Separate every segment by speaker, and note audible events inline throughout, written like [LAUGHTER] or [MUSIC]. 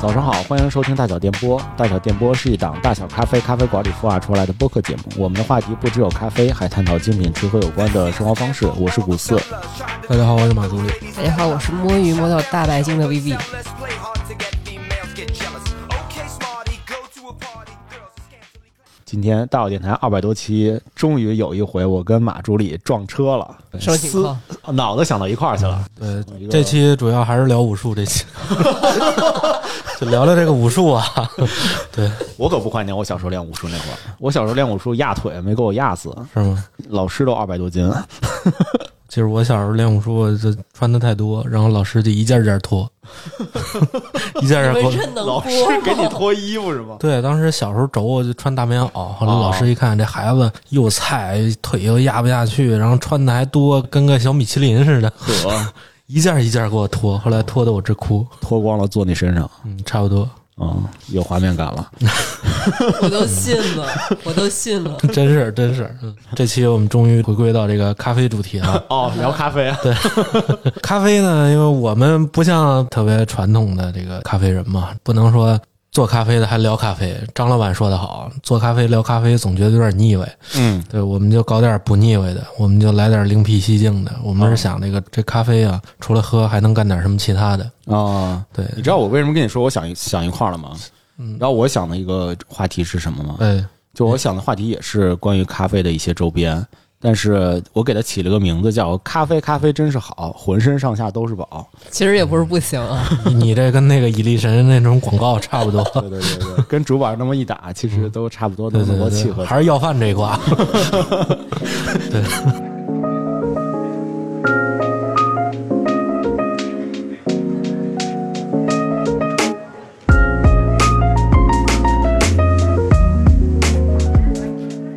Speaker 1: 早上好，欢迎收听大小电波。大小电波是一档大小咖啡咖啡馆里孵化出来的播客节目。我们的话题不只有咖啡，还探讨精品吃喝有关的生活方式。我是古四，
Speaker 2: 大家好，我是马助理。
Speaker 3: 大家好，我是摸鱼摸到大白鲸的 VV。
Speaker 1: 今天大小电台二百多期，终于有一回我跟马助理撞车了，
Speaker 3: 什么情况
Speaker 1: 撕脑子想到一块儿去了。
Speaker 2: 呃
Speaker 1: 一，个
Speaker 2: 这期主要还是聊武术，这期 [LAUGHS] 就聊聊这个武术啊。对，
Speaker 1: 我可不怀念我小时候练武术那会儿，我小时候练武术压腿没给我压死，
Speaker 2: 是吗？
Speaker 1: 老师都二百多斤。
Speaker 2: 其实我小时候练武术，就穿的太多，然后老师就一件一件 [LAUGHS] 脱，一件一件脱。
Speaker 3: 真能
Speaker 1: 老师给你脱衣服是吗？
Speaker 2: 对，当时小时候肘我就穿大棉袄，后来
Speaker 1: 哦
Speaker 2: 老师一看这孩子又菜，腿又压不下去，然后穿的还多，跟个小米其林似的，
Speaker 1: 呵，
Speaker 2: [LAUGHS] 一件一件给我脱， [LAUGHS] 后来脱的我直哭。
Speaker 1: 脱光了坐你身上，
Speaker 2: 嗯，差不 [LAUGHS] 多，
Speaker 1: 嗯，有画面感了。
Speaker 3: 我都信了，我都信了。
Speaker 2: 真是真是。嗯，这期我们终于回归到这个咖啡主题了。
Speaker 1: 哦，聊咖啡啊。
Speaker 2: 咖啡呢，因为我们不像特别传统的这个咖啡人嘛，不能说做咖啡的还聊咖啡。张老板说的好，做咖啡聊咖啡总觉得有点腻味。
Speaker 1: 嗯，
Speaker 2: 对，我们就搞点不腻味的，我们就来点另辟蹊径的。我们是想这个这咖啡啊，除了喝还能干点什么其他的。
Speaker 1: 啊，
Speaker 2: 对，
Speaker 1: 你知道我为什么跟你说我想一想一块儿了吗？
Speaker 2: 嗯
Speaker 1: 你知道我想的一个话题是什么吗？
Speaker 2: 哎，
Speaker 1: 就我想的话题也是关于咖啡的一些周边，但是我给它起了个名字叫“咖啡咖啡真是好，浑身上下都是宝。
Speaker 3: [LAUGHS] 其实也不是不行啊，
Speaker 2: 你呃你这跟那个蚁力神那种广告差不多。”
Speaker 1: 对对对对， [LAUGHS] 跟主板那么一打，其实都差不多，
Speaker 2: 嗯对
Speaker 1: 能
Speaker 2: 对
Speaker 1: 多契
Speaker 2: 对
Speaker 1: 合
Speaker 2: 对，。还是要饭这
Speaker 1: [LAUGHS]
Speaker 2: 一挂。对。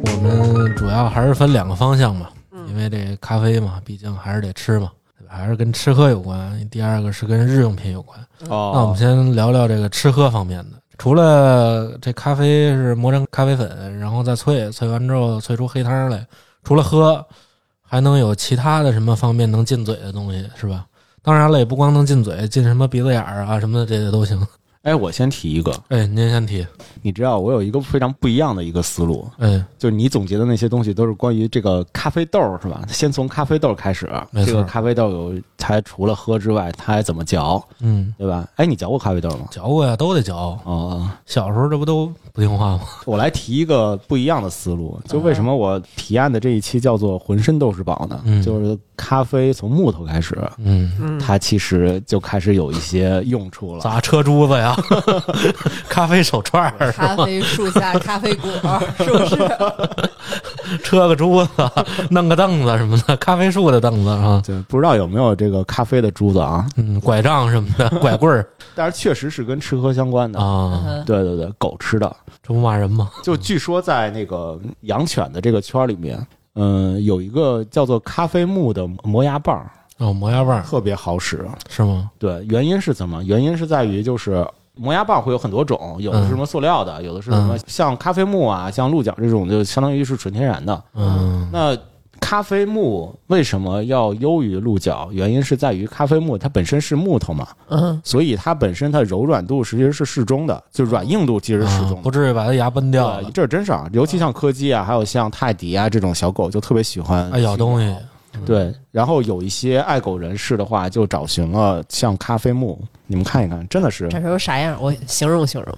Speaker 2: 我们主要还是分两个方向嘛，
Speaker 1: 嗯
Speaker 2: 因为这咖啡嘛，毕竟还是得吃嘛，对吧还是跟吃喝有关。第二个是跟日用品有关。那我们
Speaker 1: 哦，
Speaker 2: 先聊聊这个吃喝方面的。除了这咖啡是磨成咖啡粉，然后再萃，萃完之后萃出黑汤来。除了喝，还能有其他的什么方面能进嘴的东西，是吧？当然了，也不光能进嘴，进什么鼻子眼儿啊什么的，这些都行。
Speaker 1: 哎，我先提一个，
Speaker 2: 哎，您先提。
Speaker 1: 你知道我有一个非常不一样的一个思路，
Speaker 2: 哎，
Speaker 1: 就是你总结的那些东西都是关于这个咖啡豆儿是吧？先从咖啡豆儿开始，
Speaker 2: 没错
Speaker 1: 这个咖啡豆有它除了喝之外，它还怎么嚼，
Speaker 2: 嗯，
Speaker 1: 对吧？哎，你嚼过咖啡豆吗？
Speaker 2: 嚼过呀，都得嚼。
Speaker 1: 哦，
Speaker 2: 小时候这不都不听话吗？
Speaker 1: 我来提一个不一样的思路，就为什么我提案的这一期叫做“浑身都是宝”呢？
Speaker 2: 嗯
Speaker 1: 就是咖啡从木头开始，
Speaker 2: 嗯，
Speaker 3: 嗯，
Speaker 1: 它其实就开始有一些用处了。
Speaker 2: 砸车珠子呀，咖啡手串儿，
Speaker 3: [LAUGHS] 咖啡树下咖啡果是不是？
Speaker 2: 车个珠子，弄个凳子什么的，咖啡树的凳子啊。
Speaker 1: 对，不知道有没有这个咖啡的珠子啊？
Speaker 2: 嗯，拐杖什么
Speaker 1: [LAUGHS]
Speaker 2: 的，拐棍儿
Speaker 1: 但是确实是跟吃喝相关的。
Speaker 2: 啊，
Speaker 3: 嗯
Speaker 1: 对对对，狗吃的，
Speaker 2: 这不骂人吗？
Speaker 1: 就据说在那个养犬的这个圈儿里面，嗯、有一个叫做咖啡木的磨牙棒儿，
Speaker 2: 哦，磨牙棒儿
Speaker 1: 特别好使。
Speaker 2: 是吗？
Speaker 1: 对，原因是什么？原因是在于就是磨牙棒会有很多种，有
Speaker 2: 嗯
Speaker 1: 的是什么塑料的，有的是什么像咖啡木啊，像鹿角这种，就相当于是纯天然的。
Speaker 2: 嗯，
Speaker 1: 那咖啡木为什么要优于鹿角？原因是在于咖啡木它本身是木头嘛，
Speaker 3: [LAUGHS] 嗯，
Speaker 1: 所以它本身它柔软度其实是适中的，就软硬度其实是适
Speaker 2: 啊
Speaker 1: 中的。
Speaker 2: 不至于把他牙崩掉
Speaker 1: 对
Speaker 2: 了，
Speaker 1: 这是真事儿，尤其像柯基啊，还有像泰迪啊这种小狗，就特别喜欢
Speaker 2: 爱哎咬东西。
Speaker 1: 对，然后有一些爱狗人士的话，就找寻了像咖啡木，你们看一看，真的是
Speaker 3: 长成啥样？我形容形容，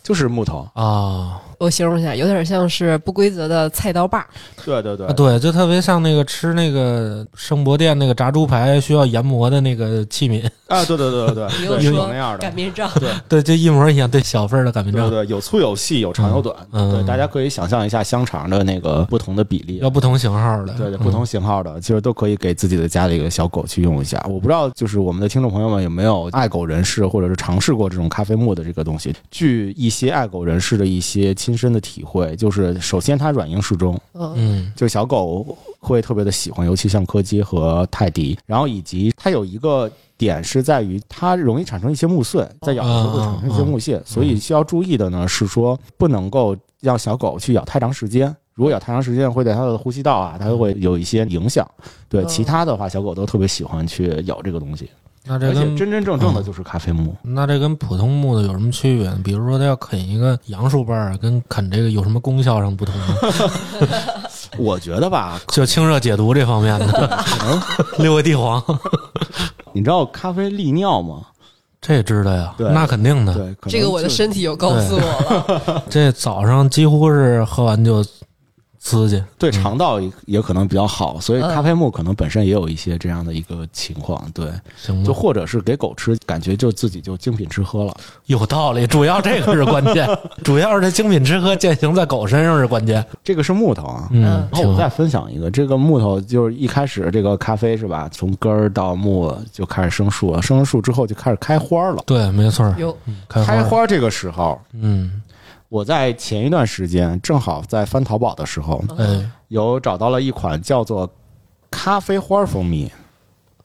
Speaker 1: 就是木头。
Speaker 2: 啊，
Speaker 3: 我形容一下，有点像是不规则的菜刀把，
Speaker 1: 对对对
Speaker 2: 啊对，就特别像那个吃那个圣博店那个炸猪排需要研磨的那个器皿， [LAUGHS]
Speaker 1: 啊，对对对对
Speaker 3: [LAUGHS]
Speaker 1: 对，
Speaker 3: 你又
Speaker 1: 对
Speaker 3: 说
Speaker 1: 有那样的
Speaker 3: 擀。面
Speaker 1: [LAUGHS]
Speaker 3: 杖，
Speaker 1: 对
Speaker 2: 对，就一模一样，对，小份儿的擀面
Speaker 1: 对
Speaker 2: 杖，
Speaker 1: 对，有粗有细，有长有短。
Speaker 2: 嗯
Speaker 1: 对，大家可以想象一下香肠的那个不同的比例。
Speaker 2: 要不同型号的，
Speaker 1: 对对，
Speaker 2: 嗯
Speaker 1: 不同型号的，其实都可以给自己的家里的小狗去用一下。我不知道，就是我们的听众朋友们有没有爱狗人士，或者是尝试过这种咖啡木的这个东西。据一些爱狗人士的一些亲身的体会，就是首先它软硬适中，
Speaker 3: 嗯，
Speaker 2: 嗯
Speaker 1: 就小狗会特别的喜欢，尤其像柯基和泰迪，然后以及它有一个。点是在于它容易产生一些木碎，在咬的时候会产生一些木屑，所以需要注意的呢是说不能够让小狗去咬太长时间，如果咬太长时间会对它的呼吸道啊，它会有一些影响。对
Speaker 3: 嗯
Speaker 1: 其他的话，小狗都特别喜欢去咬这个东西。
Speaker 2: 那这
Speaker 1: 而且
Speaker 2: 跟
Speaker 1: 真真正正的就是咖啡木。
Speaker 2: 那这跟普通木的有什么区别呢？比如说，它要啃一个杨树瓣儿，跟啃这个有什么功效上不
Speaker 1: [LAUGHS]
Speaker 2: 同吗？
Speaker 1: 我觉得吧，
Speaker 2: 就清热解毒这方面的，
Speaker 1: 可能
Speaker 2: [LAUGHS] 六味地黄，
Speaker 1: 你知道咖啡利尿吗？
Speaker 2: 这知道呀，
Speaker 1: 对
Speaker 2: 那肯定的。
Speaker 1: 对，可能
Speaker 3: 这个我的
Speaker 1: 就
Speaker 3: 身体有告诉我了，
Speaker 2: 这早上几乎是喝完就呲去，
Speaker 1: 对肠道也也可能比较好，所以
Speaker 3: 嗯
Speaker 1: 咖啡木可能本身也有一些这样的一个情况。对，
Speaker 2: 行
Speaker 1: 就
Speaker 2: 吧？
Speaker 1: 或者是给狗吃，感觉就自己就精品吃喝了。
Speaker 2: 有道理，主要这个是关
Speaker 1: [LAUGHS]
Speaker 2: 键，主要是这精品吃喝践行在狗身上是关键。
Speaker 1: 这个是木头啊。
Speaker 2: 嗯
Speaker 3: 嗯，
Speaker 1: 然后我
Speaker 2: 挺好
Speaker 1: 再分享一个，这个木头就是一开始这个咖啡是吧？从根儿到木就开始生树了，生了树之后就开始开花了。
Speaker 2: 对，没错儿，
Speaker 3: 有
Speaker 2: 嗯开
Speaker 1: 开
Speaker 2: 花，
Speaker 1: 花这个时候，
Speaker 2: 嗯，
Speaker 1: 我在前一段时间正好在翻淘宝的时候，
Speaker 2: 哎，
Speaker 1: 有找到了一款叫做咖啡花蜂蜜，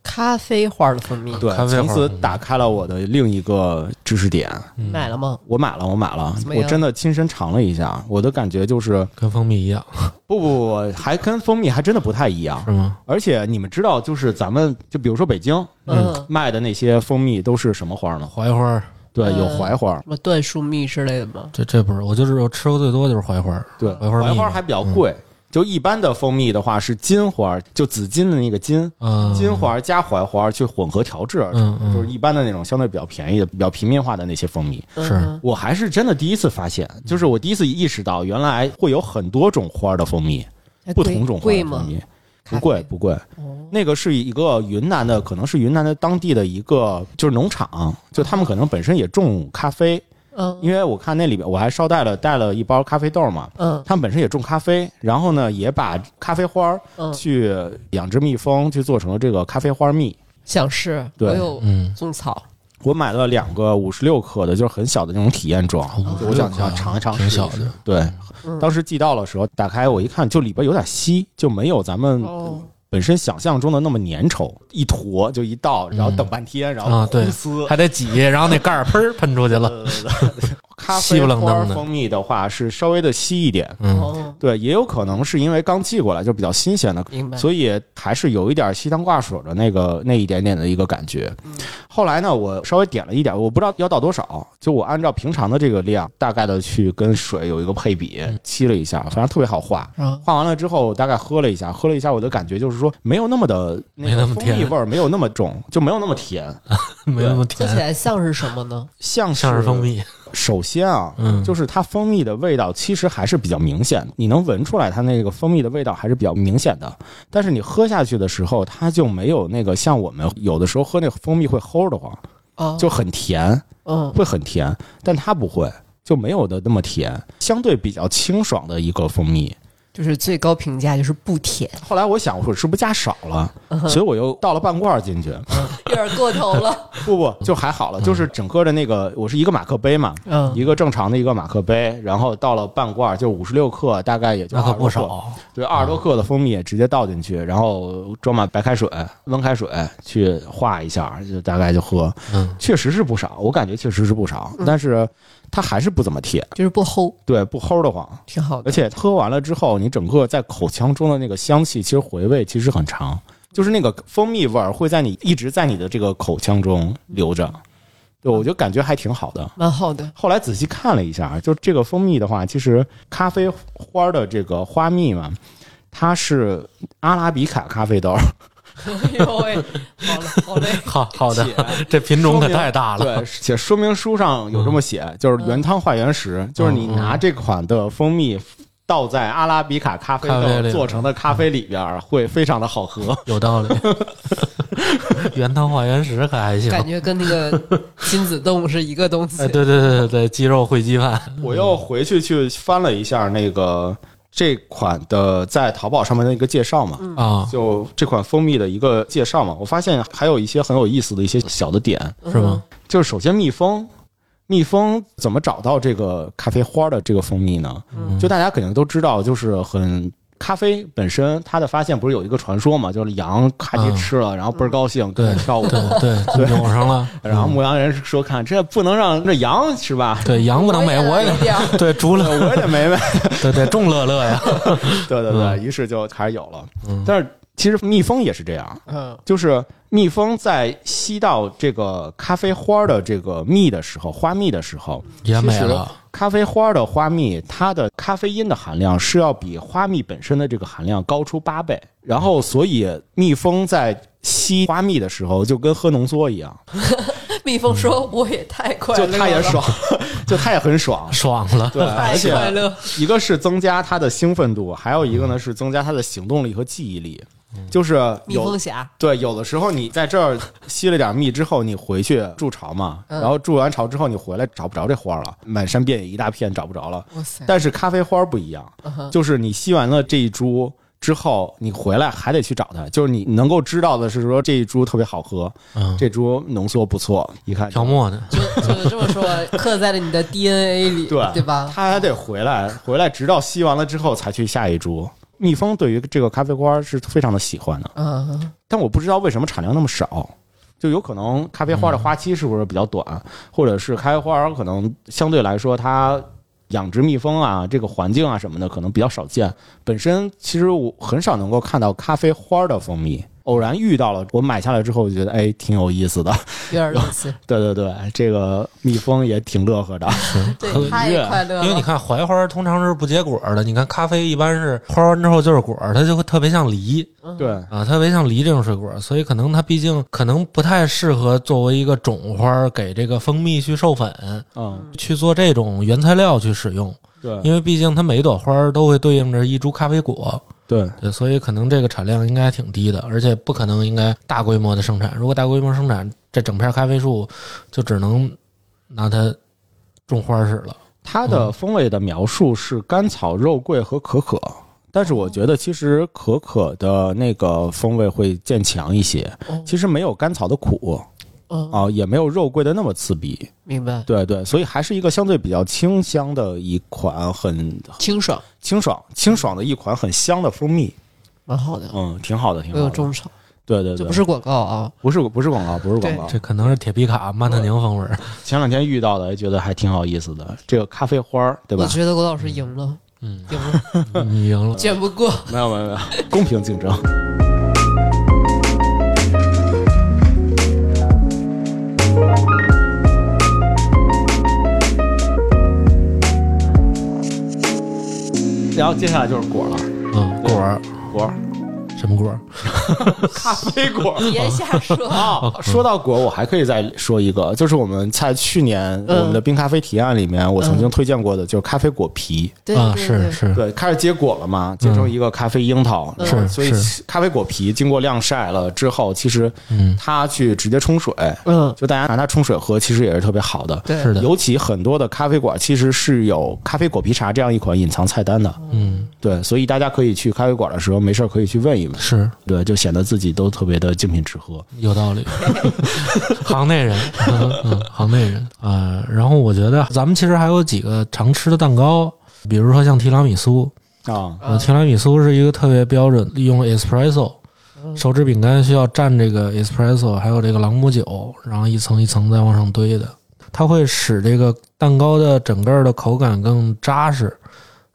Speaker 3: 咖啡花的蜂蜜，
Speaker 1: 对
Speaker 2: 咖，啡花
Speaker 1: 从此打开了我的另一个知识点。
Speaker 2: 嗯
Speaker 3: 买了吗？
Speaker 1: 我买了，我买了
Speaker 3: 怎，么
Speaker 1: 我
Speaker 3: 样
Speaker 1: 真的亲身尝了一下，我的感觉就是
Speaker 2: 跟蜂蜜一样
Speaker 1: 不不不，还跟蜂蜜还真的不太一样。
Speaker 2: 是吗？
Speaker 1: 而且你们知道，就是咱们就比如说北京
Speaker 3: 嗯，
Speaker 1: 卖的那些蜂蜜都是什么花吗？
Speaker 2: 槐花儿，
Speaker 1: 对，有
Speaker 3: 嗯
Speaker 1: 槐花，
Speaker 3: 什么椴树蜜之类的吗？
Speaker 2: 这这不是，我就是我吃过最多就是槐花儿，
Speaker 1: 对，
Speaker 2: 槐花蜜嗯
Speaker 1: 槐花还比较贵。就一般的蜂蜜的话是金花，就紫金的那个金，
Speaker 2: 嗯，
Speaker 1: 金花加槐花去混合调制而成，
Speaker 2: 嗯嗯
Speaker 1: 就是一般的那种相对比较便宜的、比较平民化的那些蜂蜜。
Speaker 2: 是
Speaker 3: 嗯
Speaker 1: 我还是真的第一次发现，就是我第一次意识到，原来会有很多种花的蜂蜜，
Speaker 3: 还
Speaker 1: 不
Speaker 3: 贵
Speaker 1: 同种花
Speaker 3: 哎贵
Speaker 1: 的
Speaker 3: 吗
Speaker 1: 蜂？蜜，
Speaker 3: 咖
Speaker 1: 不
Speaker 3: 啡
Speaker 1: 贵不贵。
Speaker 3: 哦
Speaker 1: 那个是一个云南的，可能是云南的当地的一个就是农场，就他们可能本身也种咖啡，
Speaker 3: 嗯
Speaker 1: 因为我看那里边我还捎带了带了一包咖啡豆嘛，
Speaker 3: 嗯
Speaker 1: 他们本身也种咖啡，然后呢也把咖啡花儿
Speaker 3: 嗯，
Speaker 1: 去养殖蜜蜂，去做成了这个咖啡花蜜。
Speaker 3: 想试，
Speaker 1: 对
Speaker 3: 我有
Speaker 2: 嗯，
Speaker 3: 种草，
Speaker 1: 我买了两个五十六克的，就是很小的那种体验装，就我想想尝一尝，
Speaker 2: 挺
Speaker 1: 试
Speaker 2: 小
Speaker 1: 一试。
Speaker 2: 的，
Speaker 1: 对，
Speaker 3: 哦嗯
Speaker 1: 当时寄到的时候，打开我一看，就里边有点稀，就没有咱们
Speaker 3: 哦，
Speaker 1: 本身想象中的那么粘稠，一坨就一倒，然后等半天，然后
Speaker 2: 嗯啊对
Speaker 1: 空撕。
Speaker 2: 还得挤，然后那盖儿喷儿喷出去了，
Speaker 1: 呃
Speaker 2: [LAUGHS]
Speaker 1: 咖啡
Speaker 2: 稀不愣
Speaker 1: 花
Speaker 2: 登的
Speaker 1: 蜂蜜的话是稍微的稀一点，
Speaker 2: 嗯，
Speaker 3: 哦，
Speaker 1: 对，也有可能是因为刚寄过来就比较新鲜的，
Speaker 3: 明白。
Speaker 1: 所以还是有一点稀汤挂水的那个那一点点的一个感觉。
Speaker 2: 嗯
Speaker 1: 后来呢，我稍微点了一点，我不知道要倒多少，就我按照平常的这个量，大概的去跟水有一个配比，
Speaker 2: 嗯
Speaker 1: 沏了一下，反正特别好化。
Speaker 3: 啊，
Speaker 1: 化完了之后，我大概喝了一下，喝了一下，我的感觉就是说，没有那么的那
Speaker 2: 没那
Speaker 1: 个
Speaker 2: 么
Speaker 1: 蜂
Speaker 2: 甜啊
Speaker 1: 蜜味儿，没有那么重，就没有那么甜，
Speaker 2: 嗯没那么
Speaker 3: 喝起
Speaker 2: 甜，
Speaker 3: 来像是什么呢？
Speaker 1: 像
Speaker 2: 像是蜂。蜜，
Speaker 1: 首先啊，
Speaker 2: 嗯
Speaker 1: 就是它蜂蜜的味道其实还是比较明显的，你能闻出来它那个蜂蜜的味道还是比较明显的。但是你喝下去的时候，它就没有那个像我们有的时候喝那个蜂蜜会齁的慌，
Speaker 3: 啊，
Speaker 1: 就很甜，
Speaker 3: 嗯
Speaker 1: 会很甜，但它不会。就没有的那么甜，相对比较清爽的一个蜂蜜。
Speaker 3: 就是最高评价就是不甜，
Speaker 1: 后来我想，我说是不是加少了，
Speaker 2: 嗯
Speaker 1: 所以我又倒了半罐儿进去。
Speaker 3: [LAUGHS] 有点过头了。
Speaker 1: 不不， [LAUGHS] 就还好了，就是整个的那个，我是一个马克杯嘛，
Speaker 3: [LAUGHS] 嗯
Speaker 1: 一个正常的一个马克杯，然后倒了半罐儿，就五十六克，大概也就
Speaker 2: 那可
Speaker 1: 20多
Speaker 2: 不
Speaker 1: 克
Speaker 2: 少，
Speaker 1: 对，二十多克的蜂蜜也直接倒进去，然后装满白开水、温开水去化一下，就大概就喝。
Speaker 2: 嗯，
Speaker 1: 确实是不少，我感觉确实是不少，但是它还是不怎么甜，
Speaker 3: 就是不齁，
Speaker 1: 对，不齁的慌。
Speaker 3: 挺好
Speaker 1: 而
Speaker 3: 的。
Speaker 1: 且喝完了之后，你整个在口腔中的那个香气，其实回味其实很长，就是那个蜂蜜味儿会在你一直在你的这个口腔中留着。对，我就感觉还挺好的。
Speaker 3: 蛮好的，
Speaker 1: 后来仔细看了一下，就这个蜂蜜的话，其实咖啡花的这个花蜜嘛，它是阿拉比卡咖啡豆，
Speaker 3: [LAUGHS] 哎呦喂，好了，好嘞，
Speaker 2: 好好的
Speaker 1: 且，
Speaker 2: [LAUGHS] 这品种可太大了，
Speaker 1: 啊
Speaker 2: [LAUGHS]
Speaker 1: 对，且说明书上有这么写，
Speaker 2: 嗯
Speaker 1: 就是原汤化原食，就是你拿这款的蜂蜜。倒在阿拉比卡咖啡
Speaker 2: 咖啡
Speaker 1: 豆
Speaker 2: 里嗯
Speaker 1: 做成的咖啡里边儿会非常的好喝，
Speaker 2: 有道
Speaker 3: [LAUGHS]
Speaker 2: 理，原汤化原食可还行，
Speaker 3: 感觉跟那个亲子动物是一个东西
Speaker 2: 哎，。对对对对对，鸡肉烩鸡饭，
Speaker 1: [LAUGHS] 我又回去去翻了一下那个这款的在淘宝上面的一个介绍嘛，
Speaker 3: 嗯
Speaker 2: 啊，
Speaker 1: 就这款蜂蜜的一个介绍嘛，我发现还有一些很有意思的一些小的点，
Speaker 3: 嗯
Speaker 2: 是吗？？
Speaker 1: 就是首先蜜蜂，蜜蜂怎么找到这个咖啡花的这个蜂蜜呢？就大家肯定都知道，就是很。咖啡本身，它的发现不是有一个传说嘛，就是羊咖啡吃了，然后倍儿高兴，跟着跳舞。
Speaker 2: 嗯
Speaker 3: 嗯
Speaker 2: 对嗯对，
Speaker 3: [LAUGHS]
Speaker 2: 扭上了，
Speaker 1: 然后牧羊人说：“看，这不能让这羊是吧？
Speaker 2: 对羊不能美，我
Speaker 3: 我也
Speaker 2: 也
Speaker 3: 有点儿
Speaker 2: 对竹
Speaker 1: 我 [LAUGHS] 也
Speaker 2: 乐，
Speaker 1: 得美美。”
Speaker 2: 对对，众乐乐呀，嗯
Speaker 1: 对对对，于是就开始有了。但是其实蜜蜂也是这样，
Speaker 4: 嗯，
Speaker 1: 就是蜜蜂在吸到这个咖啡花的这个蜜的时候，花蜜的时候，
Speaker 2: 也美了，
Speaker 1: 咖啡花的花蜜它的咖啡因的含量是要比花蜜本身的这个含量高出八倍，然后所以蜜蜂在吸花蜜的时候就跟喝浓缩一样，
Speaker 3: [LAUGHS] 蜜蜂说：“我也太快乐
Speaker 1: 就
Speaker 3: 了，
Speaker 1: 它也爽， [LAUGHS] 就它也很爽。
Speaker 2: 爽了。
Speaker 1: 对，而
Speaker 3: 太
Speaker 1: 且
Speaker 3: [LAUGHS] 快乐。
Speaker 1: 一个是增加它的兴奋度，还有一个呢是增加它的行动力和记忆力。就是”
Speaker 3: 蜜
Speaker 1: 有
Speaker 3: 蜂侠
Speaker 1: 对，有的时候你在这儿吸了点蜜之后，你回去筑巢嘛，
Speaker 3: 嗯
Speaker 1: 然后筑完巢之后你回来找不着这花了，满山遍野一大片找不着了。
Speaker 3: 哇塞，
Speaker 1: 但是咖啡花不一样，
Speaker 3: 嗯哼
Speaker 1: 就是你吸完了这一株之后，你回来还得去找它，就是你能够知道的是说这一株特别好喝，
Speaker 2: 嗯，
Speaker 1: 这株浓缩不错，一看
Speaker 2: 调墨的，
Speaker 3: 就就这么说，刻在了你的 DNA 里，
Speaker 1: 对
Speaker 3: 对吧？
Speaker 1: 它还得回来，回来直到吸完了之后才去下一株。蜜蜂对于这个咖啡花是非常的喜欢的。
Speaker 3: 嗯，
Speaker 1: 但我不知道为什么产量那么少，就有可能咖啡花的花期是不是比较短，或者是咖啡花可能相对来说它养殖蜜蜂啊，这个环境啊什么的可能比较少见。本身其实我很少能够看到咖啡花的蜂蜜，偶然遇到了，我买下来之后就觉得哎挺有意思的， [LAUGHS]
Speaker 3: 有点类似，
Speaker 1: 对对对，这个蜜蜂也挺乐呵的， [LAUGHS]
Speaker 2: 很愉
Speaker 3: 对，啊太
Speaker 1: 悦
Speaker 3: 快乐
Speaker 2: 因为你
Speaker 3: 了。
Speaker 2: 看槐花通常是不结果的，你看咖啡一般是花完之后就是果，它就会特别像梨
Speaker 1: 对。
Speaker 2: 啊，特别像梨这种水果，所以可能它毕竟可能不太适合作为一个种花给这个蜂蜜去授粉，
Speaker 1: 嗯，
Speaker 2: 去做这种原材料去使用，
Speaker 1: 对
Speaker 2: 因为毕竟它每一朵花都会对应着一株咖啡果，
Speaker 1: 对，
Speaker 2: 对，所以可能这个产量应该挺低的，而且不可能应该大规模的生产。如果大规模生产，这整片咖啡树就只能拿它种花使了。
Speaker 1: 它的风味的描述是甘草、肉桂和可可，但是我觉得其实可可的那个风味会渐强一些。
Speaker 3: 哦
Speaker 1: 其实没有甘草的苦
Speaker 3: 嗯，
Speaker 1: 啊、也没有肉桂的那么刺鼻，
Speaker 3: 明白，
Speaker 1: 对对，所以还是一个相对比较清香的一款，很
Speaker 3: 清爽，
Speaker 1: 清爽、清爽的一款很香的蜂蜜，
Speaker 3: 蛮好的，
Speaker 1: 嗯，挺好的，挺
Speaker 3: 我
Speaker 1: 好
Speaker 3: 有
Speaker 1: 的。
Speaker 3: 中赏，
Speaker 1: 对对
Speaker 3: 这
Speaker 1: 对，
Speaker 3: 不是广告啊，
Speaker 1: 不是不是广告，不是广告。
Speaker 2: 这可能是铁皮卡曼特宁风味儿，
Speaker 1: 前两天遇到的，哎觉得还挺有意思的。这个咖啡花儿，对
Speaker 3: 我
Speaker 1: 吧？
Speaker 3: 觉得郭老师赢了，
Speaker 2: 嗯，
Speaker 3: 赢了，
Speaker 2: 你赢了。
Speaker 3: 卷不过。
Speaker 1: 没有没有没有，公平竞争。然后接下来就是果了，
Speaker 2: 嗯，果儿
Speaker 1: 果儿
Speaker 2: 什么果儿？
Speaker 1: 咖啡果儿
Speaker 3: 别瞎说，
Speaker 1: 啊。说到果，我还可以再说一个，就是我们在去年我
Speaker 3: 嗯
Speaker 1: 们的冰咖啡提案里面，我曾经推荐过的，就是咖啡果皮。
Speaker 3: [LAUGHS] 对
Speaker 2: 啊，
Speaker 3: 对
Speaker 2: 是
Speaker 3: 对
Speaker 2: 是，
Speaker 1: 对，开始结果了嘛，结成一个咖啡樱桃，
Speaker 3: 嗯
Speaker 1: 然后
Speaker 2: 嗯是
Speaker 1: 所以
Speaker 2: 是
Speaker 1: 咖啡果皮经过晾晒了之后，其实
Speaker 2: 嗯，
Speaker 1: 它去直接冲水，
Speaker 3: 嗯，
Speaker 1: 就大家拿它冲水喝，其实也是特别好的。
Speaker 3: 对，
Speaker 2: 是的，
Speaker 1: 尤其很多的咖啡馆其实是有咖啡果皮茶这样一款隐藏菜单的，
Speaker 2: 嗯，
Speaker 1: 对，所以大家可以去咖啡馆的时候没事儿可以去问一问，
Speaker 2: 是
Speaker 1: 对，就显得自己都特别的精品吃喝。
Speaker 2: 有道理。 [LAUGHS] 行内人，嗯，嗯行内人啊、然后我觉得咱们其实还有几个常吃的蛋糕，比如说像提拉米苏，
Speaker 1: 啊，
Speaker 2: 呃，提拉米苏是一个特别标准，利用 espresso
Speaker 3: 嗯
Speaker 2: 手指饼干需要蘸这个 espresso，还有这个朗姆酒，然后一层一层再往上堆的，它会使这个蛋糕的整个的口感更扎实。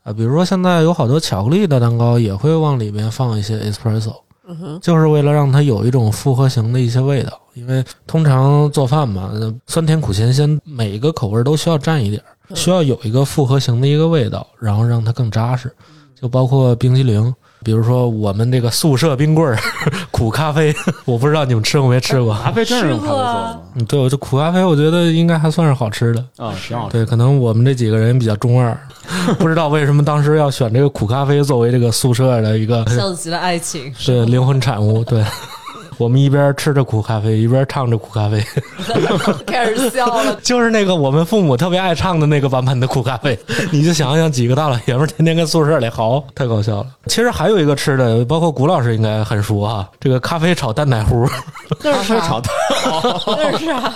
Speaker 2: 啊，比如说现在有好多巧克力的蛋糕也会往里面放一些 espresso，
Speaker 3: 嗯哼，
Speaker 2: 就是为了让它有一种复合型的一些味道。因为通常做饭嘛，呃酸甜苦咸鲜，每一个口味都需要蘸一点儿，
Speaker 3: 嗯
Speaker 2: 需要有一个复合型的一个味道，然后让它更扎实。就包括冰激凌，比如说我们这个宿舍冰棍儿、 [LAUGHS] 苦咖啡，我不知道你们吃过没吃过。
Speaker 3: 嗯
Speaker 1: 咖啡真是用咖啡做
Speaker 3: 吃
Speaker 1: 的
Speaker 3: 过
Speaker 2: 嗯，对，我这苦咖啡我觉得应该还算是好吃的。
Speaker 1: 吗？啊，啊挺好吃。
Speaker 2: 对，可能我们这几个人比较中二，不知道为什么当时要选这个苦咖啡作为这个宿舍的一个
Speaker 3: 像极了爱情， [LAUGHS]
Speaker 2: 是灵魂产物。对，我们一边吃着苦咖啡，一边唱着苦咖啡，
Speaker 3: 开始笑了，
Speaker 2: 就是那个我们父母特别爱唱的那个版本的苦咖啡。你就想想，几个大老爷们儿天天跟宿舍里嚎，太搞笑了。其实还有一个吃的，包括谷老师应该很熟哈、这个咖啡炒蛋奶糊。
Speaker 1: [LAUGHS]
Speaker 3: 那
Speaker 1: 咖
Speaker 3: 是
Speaker 1: 啡
Speaker 3: 啥
Speaker 1: 炒？蛋，
Speaker 3: 那是啥？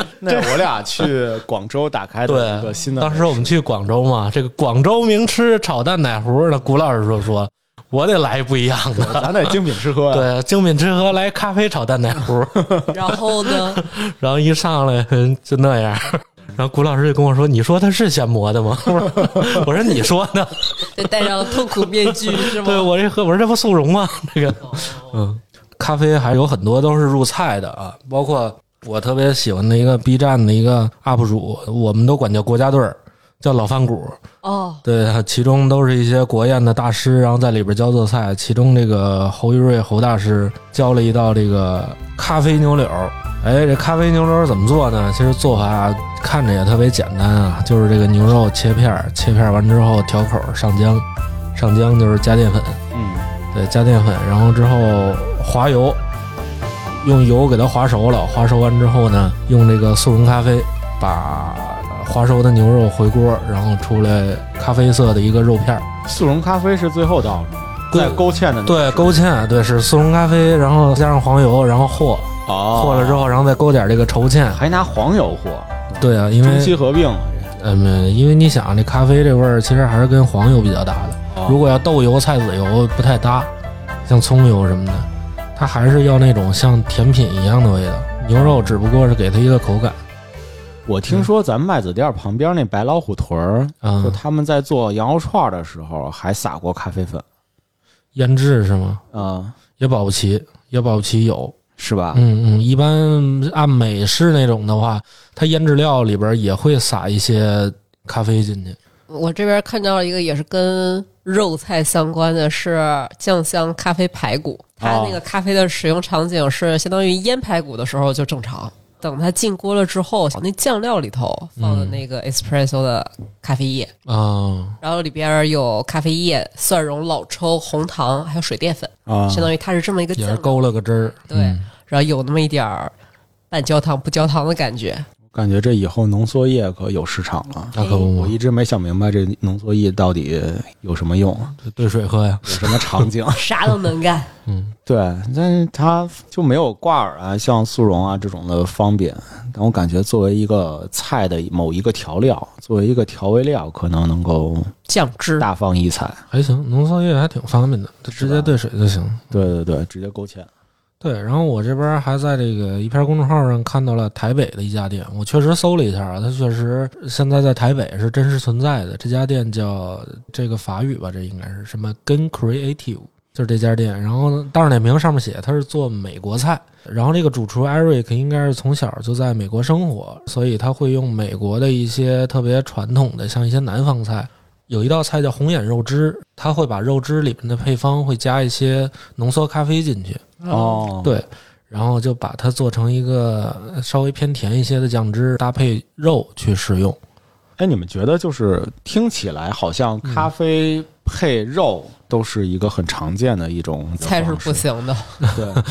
Speaker 1: [LAUGHS] 那我俩去广州打开的一个新的，
Speaker 2: 当时我们去广州嘛，这个广州名吃炒蛋奶糊，那谷老师说说，我得来不一样的。
Speaker 1: 咱得精品吃喝呀。
Speaker 2: [LAUGHS] 对，精品之喝 [LAUGHS] 来咖啡炒蛋奶糊，
Speaker 3: 然后呢？
Speaker 2: 然后一上来嗯就那样。 [LAUGHS] 然后古老师就跟我说：“你说它是现磨的吗？” [LAUGHS] 我说：“你说呢 [LAUGHS]
Speaker 3: 就戴上痛苦面具是？”吗？
Speaker 2: 对我这喝，我说这不速溶吗？ [LAUGHS] 这个，嗯，咖啡还有很多都是入菜的啊，包括我特别喜欢的一个 B 站的一个 UP 主，我们都管叫国家队儿，叫老饭骨。
Speaker 3: 哦，
Speaker 2: 对，其中都是一些国宴的大师，然后在里边教做菜。其中这个侯玉瑞侯大师教了一道这个咖啡牛柳。哎，这咖啡牛柳怎么做呢？其实做法啊看着也特别简单啊，就是这个牛肉切片儿，切片儿完之后调口儿上浆，上浆就是加淀粉，
Speaker 1: 嗯，
Speaker 2: 对，加淀粉，然后之后滑油，用油给它滑熟了，滑熟完之后呢，用这个速溶咖啡把滑熟的牛肉回锅，然后出来咖啡色的一个肉片儿，
Speaker 1: 速溶咖啡是最后到是吗？
Speaker 2: 对
Speaker 1: 在勾芡的那
Speaker 2: 对，勾芡，对，是速溶咖啡，然后加上黄油，然后和
Speaker 1: 哦，
Speaker 2: 和了之后，然后再勾点这个稠芡，
Speaker 1: 还拿黄油和，
Speaker 2: 对啊，因
Speaker 1: 中西
Speaker 2: 为
Speaker 1: 合并了这是。
Speaker 2: 嗯，因为你想这咖啡这味儿其实还是跟黄油比较搭的。
Speaker 1: 哦
Speaker 2: 如果要豆油、菜籽油不太搭，像葱油什么的，它还是要那种像甜品一样的味道。牛肉只不过是给它一个口感，
Speaker 1: 我听说咱们麦子店旁边那白老虎屯儿，就
Speaker 2: 嗯，
Speaker 1: 他们在做羊肉串儿的时候还撒过咖啡粉，
Speaker 2: 腌制是吗？
Speaker 1: 嗯，
Speaker 2: 也保不齐，也保不齐有。
Speaker 1: 是吧？
Speaker 2: 嗯嗯，一般按美式那种的话，它腌制料里边也会撒一些咖啡进去。
Speaker 3: 我这边看到了一个也是跟肉菜相关的，是酱香咖啡排骨。它
Speaker 1: 哦
Speaker 3: 那个咖啡的使用场景是相当于腌排骨的时候就正常，等它进锅了之后，那酱料里头放
Speaker 2: 嗯
Speaker 3: 的那个 espresso 的咖啡液，
Speaker 2: 啊、
Speaker 3: 然后里边有咖啡液、蒜蓉、老抽、红糖，还有水淀粉，
Speaker 1: 啊，
Speaker 3: 相当于它是这么一个
Speaker 2: 也
Speaker 3: 酱
Speaker 2: 是。勾了个汁儿。
Speaker 3: 对，
Speaker 2: 嗯
Speaker 3: 然后有那么一点儿半焦糖不焦糖的感觉。
Speaker 1: 感觉这以后浓缩液可有市场了。
Speaker 2: 那可不
Speaker 1: 我
Speaker 2: 嘛，
Speaker 1: 一直没想明白这浓缩液到底有什么用，
Speaker 2: 兑水喝呀。
Speaker 1: 有什么场 [LAUGHS] 景？
Speaker 3: 啥都能
Speaker 2: [LAUGHS]
Speaker 3: 干，
Speaker 2: 嗯，
Speaker 1: 对，但是它就没有挂耳啊、像速溶啊这种的方便。但我感觉作为一个菜的某一个调料，作为一个调味料，可能能够
Speaker 3: 酱汁
Speaker 1: 大放异彩。
Speaker 2: 还行，浓缩液还挺方便的，它直接兑水就行。
Speaker 1: 对对对，直接勾芡。
Speaker 2: 对，然后我这边还在这个一篇公众号上看到了台北的一家店，我确实搜了一下啊，它确实现在在台北是真实存在的。这家店叫这个法语吧，这应该是什么跟 Creative，就是这家店。然后呢，大众点评上面写它是做美国菜，然后这个主厨 Eric 应该是从小就在美国生活，所以他会用美国的一些特别传统的，像一些南方菜。有一道菜叫红眼肉汁，他会把肉汁里面的配方会加一些浓缩咖啡进去，
Speaker 3: 嗯
Speaker 1: 哦，
Speaker 2: 对，然后就把它做成一个呃稍微偏甜一些的酱汁，搭配肉去食用。
Speaker 1: 哎，你们觉得就是听起来好像咖啡配肉都是一个很常见的一种
Speaker 3: 菜是
Speaker 1: 方
Speaker 3: 不
Speaker 1: 式，
Speaker 3: 行的。
Speaker 1: 对，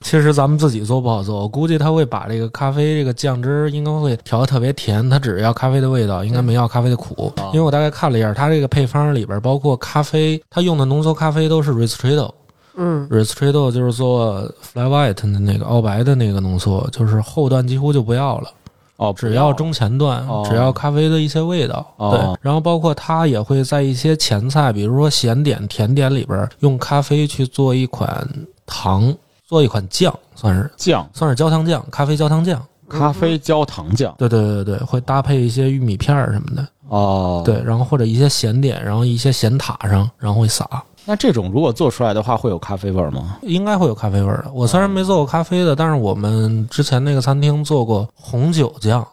Speaker 2: 其实咱们自己做不好做，我估计他会把这个咖啡这个酱汁应该会调的特别甜，他只要咖啡的味道，应该没要咖啡的苦。
Speaker 1: 哦
Speaker 2: 因为我大概看了一下，它这个配方里边包括咖啡，它用的浓缩咖啡都是 Ristretto。
Speaker 1: 哦
Speaker 3: 嗯
Speaker 2: Ristretto 就是做 Fly White 的那个澳白的那个浓缩，就是后段几乎就不要了。
Speaker 1: 哦，
Speaker 2: 只要中前段，
Speaker 1: 哦
Speaker 2: 只要咖啡的一些味道，
Speaker 1: 哦
Speaker 2: 对，然后包括它也会在一些前菜，比如说咸点、甜点里边儿用咖啡去做一款糖，做一款酱，算是
Speaker 1: 酱、
Speaker 2: 算是焦糖酱，咖啡焦糖酱。
Speaker 1: 咖
Speaker 3: 嗯
Speaker 1: 啡、焦糖酱，
Speaker 2: 对对对对，会搭配一些玉米片儿什么的，
Speaker 1: 哦，
Speaker 2: 对，然后或者一些咸点，然后一些咸塔上，然后会撒，
Speaker 1: 那这种如果做出来的话，会有咖啡味儿吗？
Speaker 2: 应该会有咖啡味儿的。我虽然没做过咖啡的，但是我们之前那个餐厅做过红酒酱，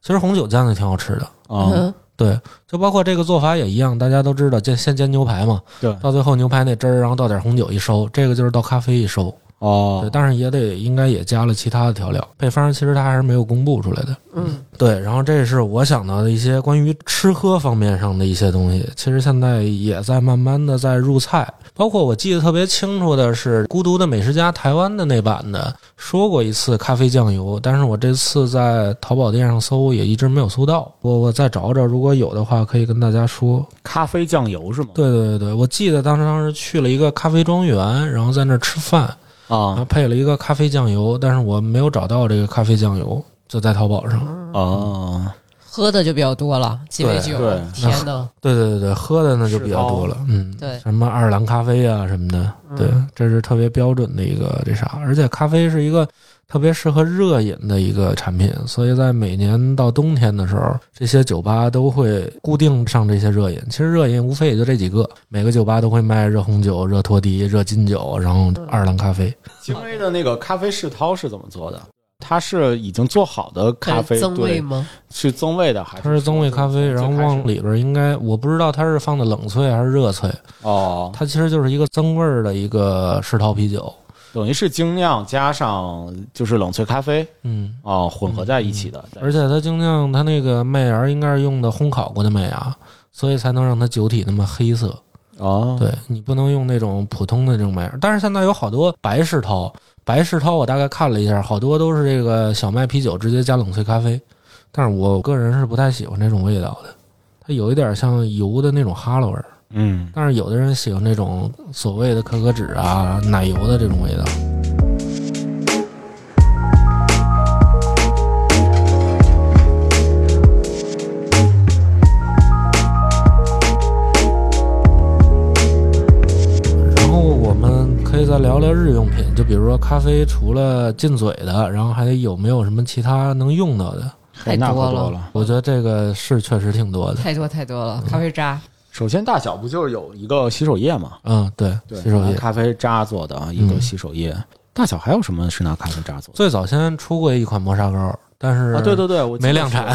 Speaker 2: 其实红酒酱也挺好吃的。
Speaker 1: 啊、
Speaker 3: 嗯
Speaker 2: 对，就包括这个做法也一样，大家都知道煎先煎牛排嘛，
Speaker 1: 对，
Speaker 2: 到最后牛排那汁儿，然后倒点红酒一收，这个就是倒咖啡一收。对，
Speaker 1: 哦，
Speaker 2: 但是也得应该也加了其他的调料，配方其实它还是没有公布出来的。
Speaker 3: 嗯，
Speaker 2: 对，然后这是我想到的一些关于吃喝方面上的一些东西，其实现在也在慢慢的在入菜，包括我记得特别清楚的是《孤独的美食家》台湾的那版的说过一次咖啡酱油，但是我这次在淘宝店上搜也一直没有搜到，我我再找找，如果有的话可以跟大家说。
Speaker 1: 咖啡酱油是吗？
Speaker 2: 对对对对，我记得当时当时去了一个咖啡庄园，然后在那儿吃饭，然后
Speaker 1: 啊
Speaker 2: 配了一个咖
Speaker 1: 嗯
Speaker 2: 啡酱油，但是我没有找到这个咖啡酱油，就在淘宝上。
Speaker 1: 哦，
Speaker 3: 嗯喝的就比较多了，鸡尾酒
Speaker 1: 对对，
Speaker 3: 天呐，
Speaker 2: 对对对对，喝的那就比较多了，嗯，
Speaker 3: 对
Speaker 2: 什么爱尔兰咖啡啊什么的，
Speaker 1: 嗯
Speaker 2: 对，这是特别标准的一个这啥，而且咖啡是一个特别适合热饮的一个产品，所以在每年到冬天的时候，这些酒吧都会固定上这些热饮。其实热饮无非也就这几个，每个酒吧都会卖热红酒、热托迪、热金酒，然后爱尔兰咖啡。
Speaker 1: 金威的那个咖啡世涛是怎么做的？它是已经做好的 [LAUGHS] 咖啡，
Speaker 3: 增味
Speaker 1: 对，
Speaker 3: 吗？
Speaker 1: 是增味的还是？
Speaker 2: 它是增味咖啡，然后往里边应该我不知道它是放的冷萃还是热萃，
Speaker 1: 哦，
Speaker 2: 它其实就是一个增味儿的一个世涛啤酒。
Speaker 1: 等于是精酿加上就是冷萃咖啡
Speaker 2: 嗯，
Speaker 1: 哦，混合在一起的。
Speaker 2: 而且它精酿它那个麦芽应该是用的烘烤过的麦芽，所以才能让它酒体那么黑色。
Speaker 1: 哦，
Speaker 2: 对你不能用那种普通的这种麦芽，但是现在有好多白世涛，白世涛我大概看了一下，好多都是这个小麦啤酒直接加冷萃咖啡，但是我个人是不太喜欢这种味道的，它有一点像油的那种哈喇味儿，
Speaker 1: 嗯，
Speaker 2: 但是有的人喜欢那种所谓的可可脂啊、奶油的这种味道。然后我们可以再聊聊日用品，就比如说咖啡，除了进嘴的，然后还有没有什么其他能用到的？
Speaker 3: 太
Speaker 1: 那可
Speaker 3: 多
Speaker 1: 多
Speaker 3: 了
Speaker 1: 了。
Speaker 2: 我觉得这个是确实挺多的。
Speaker 3: 太多太多了，
Speaker 1: 嗯
Speaker 3: 咖啡渣，
Speaker 1: 首先大小不就是有一个洗手液吗？
Speaker 2: 嗯，对，
Speaker 1: 对，
Speaker 2: 洗手
Speaker 1: 拿
Speaker 2: 液。
Speaker 1: 咖啡渣做的啊，一个
Speaker 2: 嗯
Speaker 1: 洗手液。大小还有什么是拿咖啡渣做的？
Speaker 2: 最早先出过一款磨砂膏，但是
Speaker 1: 啊，对对对，我记得
Speaker 2: 没量产。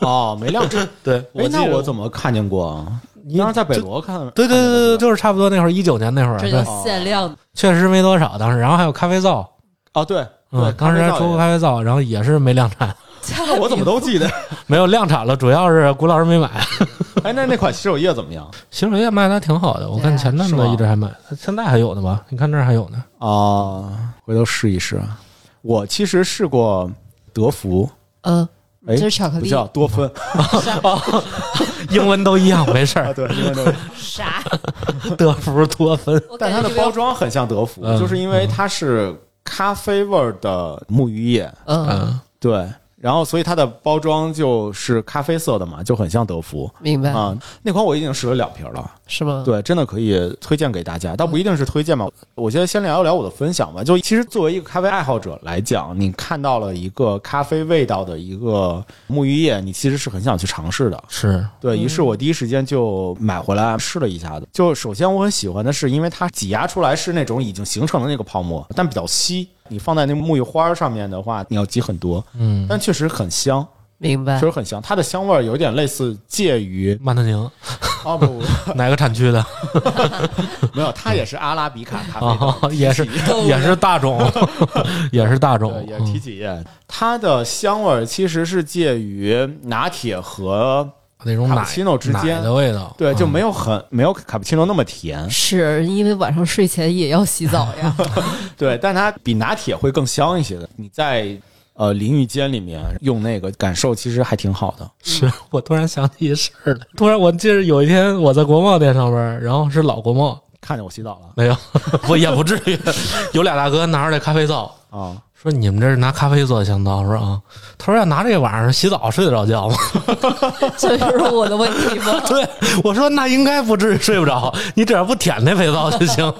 Speaker 1: 哦，没量 [LAUGHS] 产。
Speaker 2: 对，
Speaker 1: 哎，那我怎
Speaker 2: 么？
Speaker 1: 么看见过啊？当时在北罗看，
Speaker 2: 对
Speaker 1: 看见
Speaker 2: 对对对，
Speaker 1: 的吧
Speaker 2: 就是差不多那会儿，一九年那会儿，
Speaker 3: 这叫
Speaker 2: 对，
Speaker 3: 限量
Speaker 2: 确实没多少当时。然后还有咖啡皂，
Speaker 1: 哦，对对
Speaker 2: 嗯，，当时还出过
Speaker 1: 过。
Speaker 2: 咖啡皂，然后也是没量产，
Speaker 1: 那 [LAUGHS] 我怎么都记得？
Speaker 2: [LAUGHS] 没有量产了，主要是谷老师没买。
Speaker 1: 哎，那那款洗手液怎么样？
Speaker 2: 洗手液卖的还挺好的，我看前阵
Speaker 1: 是
Speaker 2: 子
Speaker 1: 吗
Speaker 2: 一直还买，现在还有呢吧？你看这儿还有呢。
Speaker 1: 啊，回头试一试。啊我其实试过德芙，
Speaker 3: [LAUGHS] 嗯，
Speaker 1: 哎
Speaker 3: 这是巧克
Speaker 1: 不
Speaker 3: 力，
Speaker 1: 叫多 [LAUGHS] 芬
Speaker 2: 英文都一样，没事 [LAUGHS]
Speaker 1: 啊，
Speaker 2: 儿。
Speaker 1: 对，因为那
Speaker 3: [LAUGHS]
Speaker 1: 个
Speaker 3: 啥？
Speaker 2: 德芙多芬，
Speaker 3: 我
Speaker 1: 但
Speaker 3: 感
Speaker 1: 它
Speaker 3: 觉
Speaker 1: 的
Speaker 3: 这个
Speaker 1: 包装很像德芙，
Speaker 2: 嗯
Speaker 1: 就是因为它是咖啡味儿的沐浴液，
Speaker 3: 嗯，
Speaker 2: 嗯，
Speaker 1: 对，然后所以它的包装就是咖啡色的嘛，就很像德芙
Speaker 3: 明白
Speaker 1: 啊。那款我已经试了两瓶了，
Speaker 3: 是吗？
Speaker 1: 对，真的可以推荐给大家，倒不一定是推荐吧。我觉得先聊一聊我的分享吧。就其实作为一个咖啡爱好者来讲，你看到了一个咖啡味道的一个沐浴液，你其实是很想去尝试的。
Speaker 2: 是，
Speaker 1: 对于是，我第一时间就买回来试了一下子。就首先我很喜欢的是，因为它挤压出来是那种已经形成的那个泡沫，但比较稀。你放在那个沐浴花上面的话，你要挤很多，
Speaker 2: 嗯，
Speaker 1: 但确实很香，
Speaker 3: 明白
Speaker 1: 确。实很香。它的香味儿有点类似介于
Speaker 2: 曼特宁
Speaker 1: 哦不，
Speaker 2: 哪个产区的？
Speaker 1: [LAUGHS] 没有，它也是阿拉比卡咖
Speaker 2: [LAUGHS]
Speaker 1: 啡的
Speaker 2: 啊，也是 [LAUGHS] 也是大种，也是
Speaker 1: [LAUGHS]
Speaker 2: 大
Speaker 1: 对，
Speaker 2: 种，
Speaker 1: 也是提
Speaker 2: 嗯
Speaker 1: 起液。它的香味儿其实是介于拿铁和
Speaker 2: 那种
Speaker 1: 卡
Speaker 2: 奶
Speaker 1: 布奇诺之间
Speaker 2: 奶的味道，
Speaker 1: 对，就
Speaker 2: 嗯
Speaker 1: 没有很没有卡布奇诺那么甜，
Speaker 3: 是因为晚上睡前也要洗澡呀，
Speaker 1: 对，但它比拿铁会更香一些的。你在呃淋浴间里面用那个感受其实还挺好的。
Speaker 2: 是我突然想起一事儿来，突然我记得有一天我在国贸店上班，然后是老国贸，
Speaker 1: 看见我洗澡了
Speaker 2: 没有， [LAUGHS] 不也不至于， [LAUGHS] 有俩大哥拿着这咖啡皂，
Speaker 1: 啊，
Speaker 2: 说你们这是拿咖啡做的香皂，我说啊，他说要拿这个晚上洗澡睡得着觉吗？ [LAUGHS]
Speaker 3: 这就是我的问题吗？
Speaker 2: 对，我说那应该不至于睡不着，你只要不舔那肥皂就行，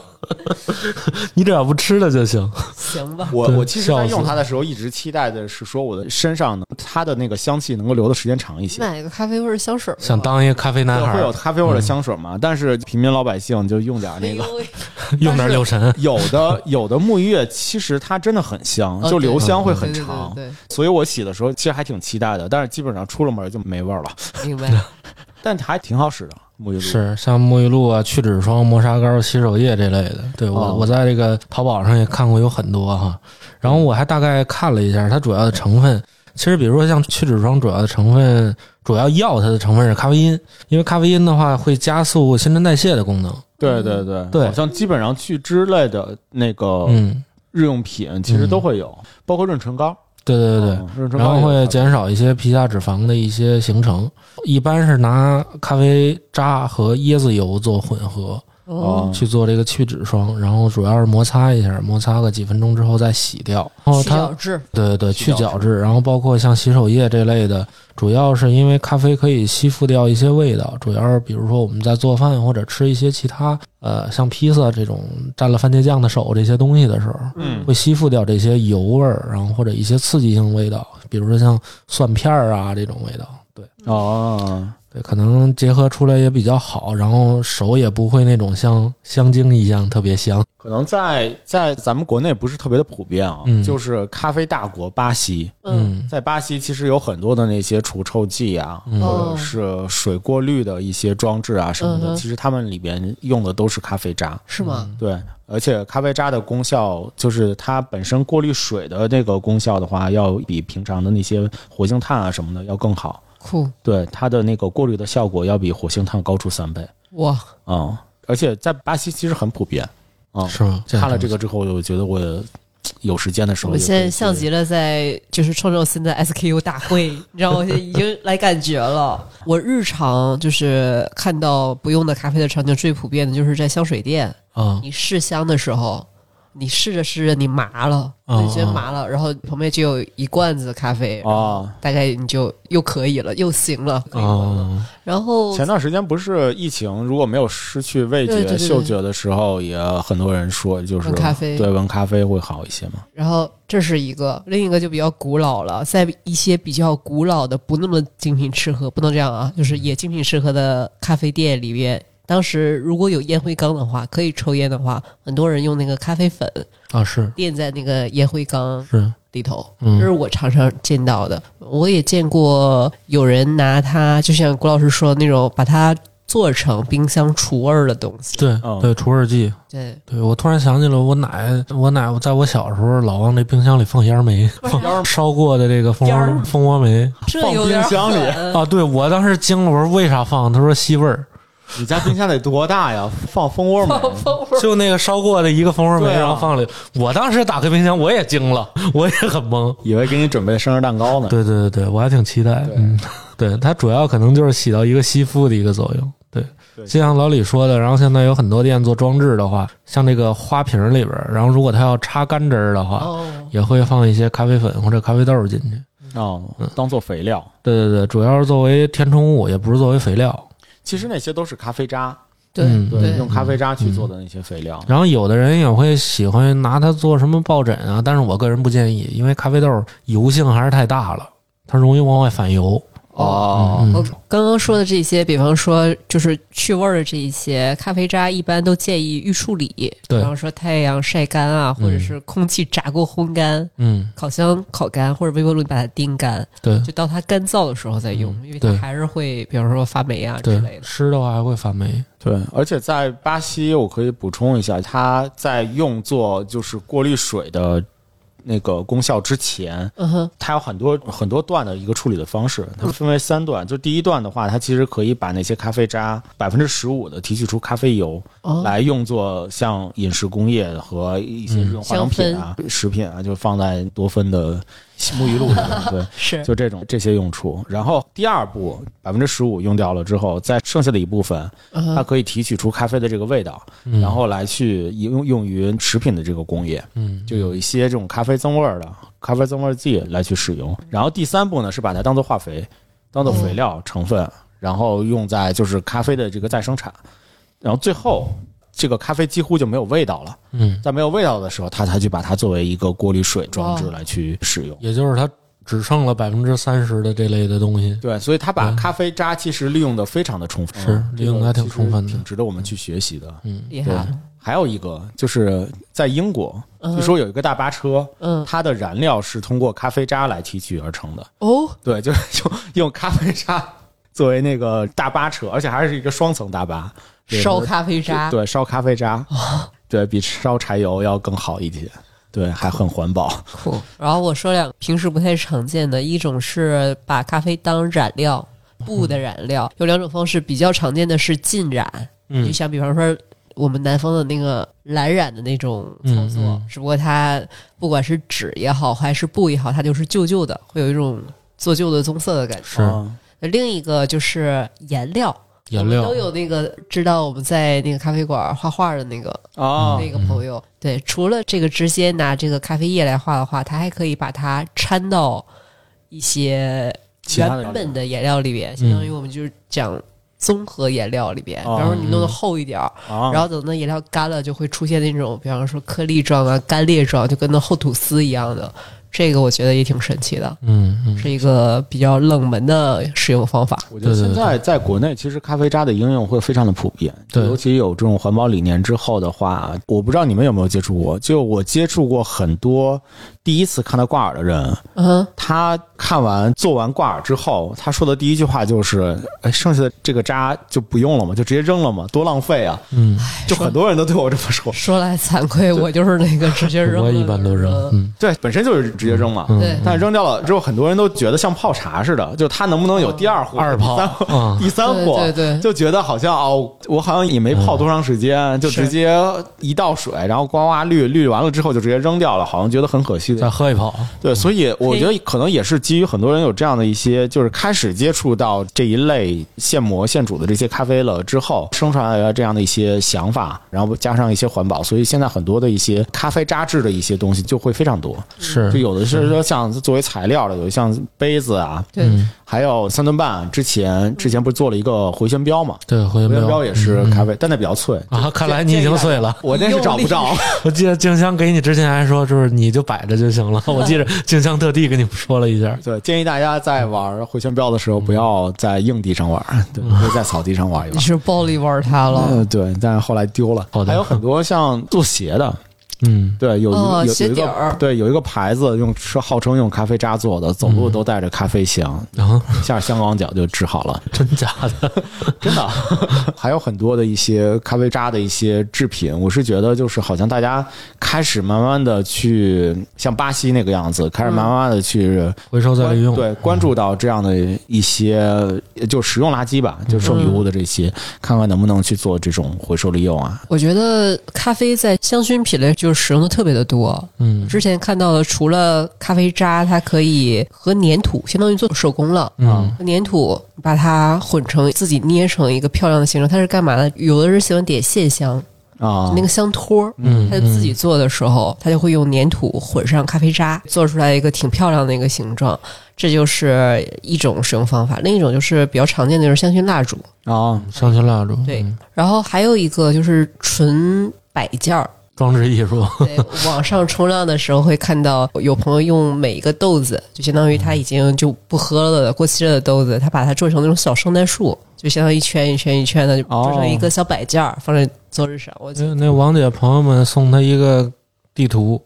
Speaker 2: [LAUGHS] 你只要不吃了就行，
Speaker 3: 行吧，
Speaker 1: 我
Speaker 2: 对
Speaker 1: 我其实
Speaker 2: 笑
Speaker 1: 在
Speaker 2: 死
Speaker 1: 用它的时候一直期待的是说我的身上呢，它的那个香气能够留的时间长一些。
Speaker 3: 买个咖啡味儿香水儿吧，啊
Speaker 2: 想当一个咖啡男
Speaker 1: 对
Speaker 2: 孩
Speaker 1: 会有
Speaker 2: 儿，
Speaker 1: 咖啡味儿的香水嘛？但是平民老百姓就用点儿
Speaker 3: 哎
Speaker 1: 那个
Speaker 3: 呦喂
Speaker 2: 用点六神，
Speaker 1: 有
Speaker 2: [LAUGHS]
Speaker 1: 的有的沐浴液其实它真的很香，[LAUGHS]
Speaker 3: 哦
Speaker 1: 就留
Speaker 2: 对
Speaker 1: 香会
Speaker 3: 对
Speaker 1: 很
Speaker 3: 对对
Speaker 1: 长。
Speaker 3: 对，
Speaker 1: 所以我洗的时候其实还挺期待的，但是基本上出了门就没味儿了，
Speaker 3: 对
Speaker 1: [LAUGHS]
Speaker 3: 明白。
Speaker 1: 但还挺好使的沐浴露。
Speaker 2: 是像沐浴露啊、去脂霜、磨砂膏、洗手液这类的。对我，
Speaker 1: 哦
Speaker 2: 我在这个淘宝上也看过有很多哈。然后我还大概看了一下它主要的成分，其实比如说像去脂霜主要的成分，主要药它的成分是咖啡因，因为咖啡因的话会加速新陈代谢的功能。
Speaker 1: 对对对
Speaker 2: 嗯对
Speaker 1: 好像基本上去脂类的那个
Speaker 2: 嗯，
Speaker 1: 日用品其实都会有，包括润唇膏。
Speaker 2: 对对对。
Speaker 1: 嗯润唇
Speaker 2: 然
Speaker 1: 膏也
Speaker 2: 后
Speaker 1: 有
Speaker 2: 会
Speaker 1: 它的
Speaker 2: 减少一些皮下脂肪的一些形成，一般是拿咖啡渣和椰子油做混合，
Speaker 3: 哦，
Speaker 2: 去做这个去脂霜，然后主要是摩擦一下，摩擦个几分钟之后再洗掉。然
Speaker 1: 哦
Speaker 2: 后
Speaker 3: 洗脚
Speaker 2: 哦它
Speaker 3: 质
Speaker 2: 对对对，
Speaker 1: 去
Speaker 2: 去
Speaker 1: 角质
Speaker 2: 角质，然后包括像洗手液这类的，主要是因为咖啡可以吸附掉一些味道，主要是比如说我们在做饭或者吃一些其他呃像披萨这种蘸了番茄酱的手这些东西的时候，
Speaker 1: 嗯
Speaker 2: 会吸附掉这些油味儿，然后或者一些刺激性味道，比如说像蒜片儿啊这种味道，对。
Speaker 1: 哦，
Speaker 2: 对，可能结合出来也比较好，然后手也不会那种像香精一样特别香。
Speaker 1: 可能在在咱们国内不是特别的普遍啊，
Speaker 2: 嗯
Speaker 1: 就是咖啡大国巴西，
Speaker 3: 嗯
Speaker 1: 在巴西其实有很多的那些除臭剂啊，
Speaker 2: 嗯
Speaker 1: 或
Speaker 3: 哦
Speaker 1: 者是水过滤的一些装置啊什么
Speaker 3: 嗯
Speaker 1: 的，
Speaker 3: 哼
Speaker 1: 其实他们里边用的都是咖啡渣。
Speaker 3: 是吗？
Speaker 1: 对，而且咖啡渣的功效就是它本身过滤水的那个功效的话，要比平常的那些活性炭啊什么的要更好。
Speaker 3: 酷
Speaker 1: 对，它的那个过滤的效果要比活性炭高出三倍。
Speaker 3: 哇！
Speaker 1: 嗯，而且在巴西其实很普遍。嗯，
Speaker 2: 是吗？
Speaker 1: 看了这个之后，我觉得我嘖有时间的时
Speaker 3: 我
Speaker 1: 候
Speaker 3: 们
Speaker 1: 也
Speaker 3: 现
Speaker 1: 可
Speaker 3: 在
Speaker 1: 以
Speaker 3: 像极了在就是创造新的 SKU 大会，你知道，我现在已经来感觉了。我日常就是看到不用的咖啡的场景，最普遍的就是在香水店，
Speaker 2: 啊
Speaker 3: 你试香的时候，你试着试着你麻了，
Speaker 2: 哦
Speaker 3: 你觉得麻了，然后旁边就有一罐子咖啡，
Speaker 1: 啊。
Speaker 3: 大概你就又可以了，又行了。可以了
Speaker 2: 啊，
Speaker 3: 然后
Speaker 1: 前段时间不是疫情，如果没有失去味
Speaker 3: 哦对对
Speaker 1: 觉、
Speaker 3: 对对
Speaker 1: 嗅觉的时候，也很多人说就是
Speaker 3: 闻咖啡
Speaker 1: 对闻咖啡会好一些嘛。
Speaker 3: 然后这是一个，另一个就比较古老了，在一些比较古老的不那么精品吃喝，不能这样啊，就是也精品吃喝的咖啡店里边，当时如果有烟灰缸的话，可以抽烟的话，很多人用那个咖啡粉
Speaker 2: 啊是
Speaker 3: 垫在那个烟灰缸
Speaker 2: 是，
Speaker 3: 里头，这是
Speaker 2: 嗯
Speaker 3: 我常常见到的。我也见过有人拿它，就像郭老师说的那种，把它做成冰箱除味儿的东西。
Speaker 2: 对
Speaker 1: 嗯
Speaker 2: 对除味剂。
Speaker 3: 对，
Speaker 2: 对我突然想起了我奶，我奶在我小时候老往这冰箱里放烟梅，放 [LAUGHS] 烧过的这个蜂
Speaker 3: 烟儿嗯
Speaker 2: 窝蜂窝煤
Speaker 3: 这
Speaker 1: 放
Speaker 3: 有点
Speaker 1: 冰箱里
Speaker 2: [LAUGHS]
Speaker 3: 狠
Speaker 2: 啊。对我当时惊了，我说为啥放？她说吸味儿，
Speaker 1: 你家冰箱得多大呀？放蜂窝
Speaker 3: [LAUGHS]
Speaker 1: 煤？
Speaker 2: 就那个烧过的一个蜂窝煤，
Speaker 1: 对啊
Speaker 2: 然后放里。我当时打开冰箱，我也惊了，我也很懵。
Speaker 1: 以为给你准备生日蛋糕呢。
Speaker 2: 对对对对，我还挺期待。嗯，对，它主要可能就是起到一个吸附的一个作用。对，
Speaker 1: 对
Speaker 2: 就像老李说的，然后现在有很多店做装置的话，像这个花瓶里边儿，然后如果它要插干汁儿的话，
Speaker 3: 哦，
Speaker 2: 也会放一些咖啡粉或者咖啡豆儿进去。
Speaker 1: 哦，当做肥料。
Speaker 2: 对对对，主要是作为填充物，也不是作为肥料。
Speaker 1: 其实那些都是咖啡渣，
Speaker 3: 对嗯
Speaker 2: 嗯
Speaker 1: 对，用咖啡渣去做的那些肥料。
Speaker 2: 然后有的人也会喜欢拿它做什么抱枕啊，但是我个人不建议，因为咖啡豆儿油性还是太大了，它容易往外反油。嗯
Speaker 1: 哦，
Speaker 3: 我刚刚说的这些，比方说就是去味儿的这一些咖啡渣，一般都建议预处理，
Speaker 2: 对
Speaker 3: 比方说太阳晒干啊，或者是空气炸锅烘干、
Speaker 2: 嗯，
Speaker 3: 烤箱烤干，或者微波炉你把它叮干，
Speaker 2: 对
Speaker 3: 就到它干燥的时候再用，
Speaker 2: 嗯
Speaker 3: 因为它
Speaker 2: 对
Speaker 3: 还是会，比方说发霉啊之类
Speaker 2: 对，
Speaker 3: 的。
Speaker 2: 吃的话还会发霉。
Speaker 1: 对，而且在巴西，我可以补充一下，它在用作就是过滤水的那个功效之前，
Speaker 3: 嗯哼，
Speaker 1: 它有很多很多段的一个处理的方式，它分为三段。就第一段的话，它其实可以把那些咖啡渣百分之十五的提取出咖啡油，
Speaker 3: 哦，
Speaker 1: 来用作像饮食工业和一些这种化妆品啊、
Speaker 3: 嗯
Speaker 1: 食品啊，就放在多芬的沐浴露
Speaker 3: [LAUGHS]
Speaker 1: 上面。对，
Speaker 3: 是
Speaker 1: 就这种这些用处。然后第二步，百分之十五用掉了之后，再剩下的一部分，
Speaker 3: 嗯
Speaker 1: 它可以提取出咖啡的这个味道，
Speaker 2: 嗯
Speaker 1: 然后来去用用于食品的这个工业，
Speaker 2: 嗯，
Speaker 1: 就有一些这种咖啡增味儿的咖啡增味剂来去使用。然后第三步呢，是把它当做化肥，当做肥料成分，然后用在就是咖啡的这个再生产。然后最后，这个咖啡几乎就没有味道了。
Speaker 2: 嗯，
Speaker 1: 在没有味道的时候，它才去把它作为一个过滤水装置
Speaker 3: 哇
Speaker 1: 来去使用。
Speaker 2: 也就是它只剩了百分之三十的这类的东西。
Speaker 1: 对，所以他把
Speaker 2: 嗯
Speaker 1: 咖啡渣其实利用的非常的充分，
Speaker 2: 是利用得还
Speaker 1: 的
Speaker 2: 挺充分的
Speaker 1: 挺值得我们去学习的。
Speaker 2: 嗯
Speaker 3: 厉害了。
Speaker 1: 还有一个就是在英国，
Speaker 3: 嗯
Speaker 1: 据说有一个大巴车，
Speaker 3: 嗯，
Speaker 1: 它的燃料是通过咖啡渣来提取而成的。
Speaker 3: 哦，
Speaker 1: 对，就是 [LAUGHS] 用用咖啡渣 [LAUGHS] 作为那个大巴车，而且还是一个双层大巴，对
Speaker 3: 烧咖啡渣，哦
Speaker 1: 对，烧咖啡渣，对比烧柴油要更好一些，对，还很环保。
Speaker 3: 酷。然后我说两个平时不太常见的，一种是把咖啡当染料，布的染料，有两种方式，比较常见的是浸染。
Speaker 2: 嗯
Speaker 3: 你想，比方说我们南方的那个蓝染的那种操作，
Speaker 2: 嗯嗯
Speaker 3: 只不过它不管是纸也好，还是布也好，它就是旧旧的，会有一种做旧的棕色的感觉。
Speaker 2: 是
Speaker 1: 嗯
Speaker 3: 那另一个就是颜料，
Speaker 2: 颜料
Speaker 3: 我们都有那个知道我们在那个咖啡馆画画的那个、
Speaker 1: 啊
Speaker 3: 那个朋友。对，除了这个直接拿这个咖啡液来画的话，他还可以把它掺到一些
Speaker 1: 其他的
Speaker 3: 原本的颜料里边，相当于
Speaker 2: 嗯
Speaker 3: 我们就是讲综合颜料里边，
Speaker 1: 哦
Speaker 3: 然后你弄得厚一点儿，
Speaker 1: 啊，
Speaker 3: 然后等那颜料干了，就会出现那种，比方说颗粒状啊、干裂状，就跟那厚吐司一样的。这个我觉得也挺神奇的，
Speaker 2: 嗯嗯，
Speaker 3: 是一个比较冷门的使用方法。
Speaker 1: 我觉得现在在国内，其实咖啡渣的应用会非常的普遍，
Speaker 2: 对
Speaker 1: 尤其有这种环保理念之后的话，我不知道你们有没有接触过，就我接触过很多第一次看到挂耳的人，
Speaker 3: 嗯，
Speaker 1: 他看完做完挂耳之后，他说的第一句话就是：“哎，剩下的这个渣就不用了嘛，就直接扔了嘛，多浪费啊
Speaker 2: 嗯，！”
Speaker 1: 就很多人都对我这么说，
Speaker 3: 说来惭愧，我就是那个直接扔
Speaker 2: 我
Speaker 3: 了，
Speaker 2: 一般都扔，
Speaker 3: 嗯
Speaker 2: 嗯
Speaker 1: 对，本身就是直接扔嘛。
Speaker 2: 嗯，
Speaker 3: 对
Speaker 1: 但扔掉了之后，很多人都觉得像泡茶似的，就它能不能有第二壶、
Speaker 2: 二
Speaker 1: 第三
Speaker 2: 炮
Speaker 1: 壶、
Speaker 2: 啊，
Speaker 1: 第三
Speaker 3: 对
Speaker 1: 壶？
Speaker 3: 对对
Speaker 1: 就觉得好像哦，我好像也没泡多长时间，就直
Speaker 3: 是
Speaker 1: 接一倒水，然后呱呱滤，滤完了之后就直接扔掉了，好像觉得很可惜
Speaker 2: 再
Speaker 1: 的。
Speaker 2: 喝一泡，
Speaker 3: 嗯
Speaker 1: 对，所以我觉得可能也是基于很多人有这样的一些，就是开始接触到这一类现磨现煮的这些咖啡了之后，生出来了这样的一些想法，然后加上一些环保，所以现在很多的一些咖啡渣制的一些东西就会非常多，
Speaker 2: 是
Speaker 1: 就有的是说像作为材料的，有像杯子啊，
Speaker 3: 对，
Speaker 2: 嗯
Speaker 1: 还有三顿半之前之前不是做了一个回旋镖嘛？
Speaker 2: 对，回
Speaker 1: 回
Speaker 2: 旋
Speaker 1: 旋镖也是
Speaker 2: 嗯
Speaker 1: 咖啡，但那比较脆，
Speaker 2: 啊，看来你已经碎了。
Speaker 1: 我那是找不着。
Speaker 2: 我记得静香给你之前还说，就是你就摆着就行
Speaker 3: [LAUGHS]
Speaker 2: 了。我记得静香特地跟你说了一下，
Speaker 1: [LAUGHS] 对，建议大家在玩回旋镖的时候，不要在硬地上玩，对，就在草地上玩一
Speaker 3: 你 [LAUGHS]
Speaker 1: 玩。
Speaker 3: 是暴力玩它了。
Speaker 1: 嗯，对，但是后来丢了。
Speaker 2: 好的
Speaker 1: 还有很多像做鞋的，
Speaker 2: 嗯，
Speaker 1: 对，有一
Speaker 3: 哦
Speaker 1: 个有
Speaker 3: 鞋
Speaker 1: 有一
Speaker 3: 底儿
Speaker 1: 个对有一个牌子用是号称用咖啡渣做的，走路都带着咖啡香，
Speaker 2: 然后 [LAUGHS]
Speaker 1: 一下香港脚就治好了。
Speaker 2: 真假的，
Speaker 1: 真
Speaker 2: [LAUGHS]
Speaker 1: 的，还有很多的一些咖啡渣的一些制品，我是觉得就是好像大家开始慢慢的去像巴西那个样子，开始慢慢的去
Speaker 2: 回收再
Speaker 1: 关、
Speaker 2: 利用，
Speaker 1: 对关注到这样的一些就食用垃圾吧，就剩余物的这些，看看能不能去做这种回收利用啊。
Speaker 3: 我觉得咖啡在香薰品类就使用的特别的多。
Speaker 2: 嗯
Speaker 3: 之前看到的，除了咖啡渣，它可以和粘土相当于做手工了。
Speaker 2: 嗯
Speaker 3: 粘土把它混成自己捏成一个漂亮的形状，它是干嘛的？有的人喜欢点线香，
Speaker 1: 啊，
Speaker 3: 那个香托儿，
Speaker 2: 嗯，
Speaker 3: 他就自己做的时候，他就会用粘土混上咖啡渣，做出来一个挺漂亮的一个形状。这就是一种使用方法，另一种就是比较常见的就是香薰蜡烛，
Speaker 1: 啊，
Speaker 2: 嗯香薰蜡烛，
Speaker 3: 对
Speaker 2: 嗯
Speaker 3: 然后还有一个就是纯摆件儿。
Speaker 2: 装置艺术， [LAUGHS]
Speaker 3: 对，网上冲浪的时候会看到有朋友用每一个豆子，就相当于他已经就不喝了的过期了的豆子，他把它做成那种小圣诞树，就相当于一圈一圈一圈的，就做成一个小摆件儿，放
Speaker 2: 嗯
Speaker 3: 在做日上。我觉得
Speaker 2: 那那王姐朋友们送她一个地图，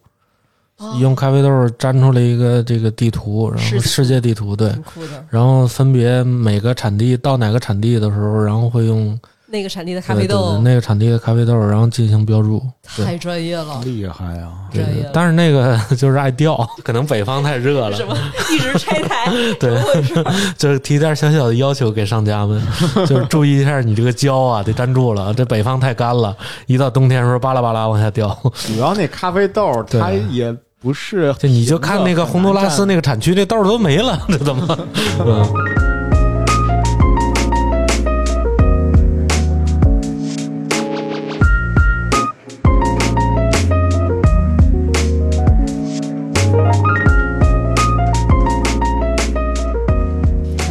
Speaker 3: 哦
Speaker 2: 用咖啡豆粘出了一个这个地图，然后
Speaker 3: 世界
Speaker 2: 世界地图对
Speaker 3: 挺，酷的，
Speaker 2: 然后分别每个产地到哪个产地的时候，然后会用
Speaker 3: 那个产地的咖啡
Speaker 2: 对对
Speaker 3: 豆
Speaker 2: 对那个产地的咖啡豆，然后进行标注。对
Speaker 3: 太专业了。
Speaker 1: 厉害啊！
Speaker 2: 对
Speaker 3: 专业
Speaker 2: 对
Speaker 3: [LAUGHS] 了，
Speaker 2: 但是那个就是爱掉， [LAUGHS] 可能北方太热
Speaker 3: 什
Speaker 2: 了，
Speaker 3: 么一直拆台，
Speaker 2: 对， [LAUGHS] 就是提点小小的要求给商家们，就是注意一下你这个胶啊，得粘住了。这北方太干了，一到冬天的时候巴拉巴拉往下掉。
Speaker 1: 主要那咖啡豆儿它
Speaker 2: 对
Speaker 1: 也不是，
Speaker 2: 这你就看那个洪都拉斯那个产区，这豆儿都没了，这怎么？嗯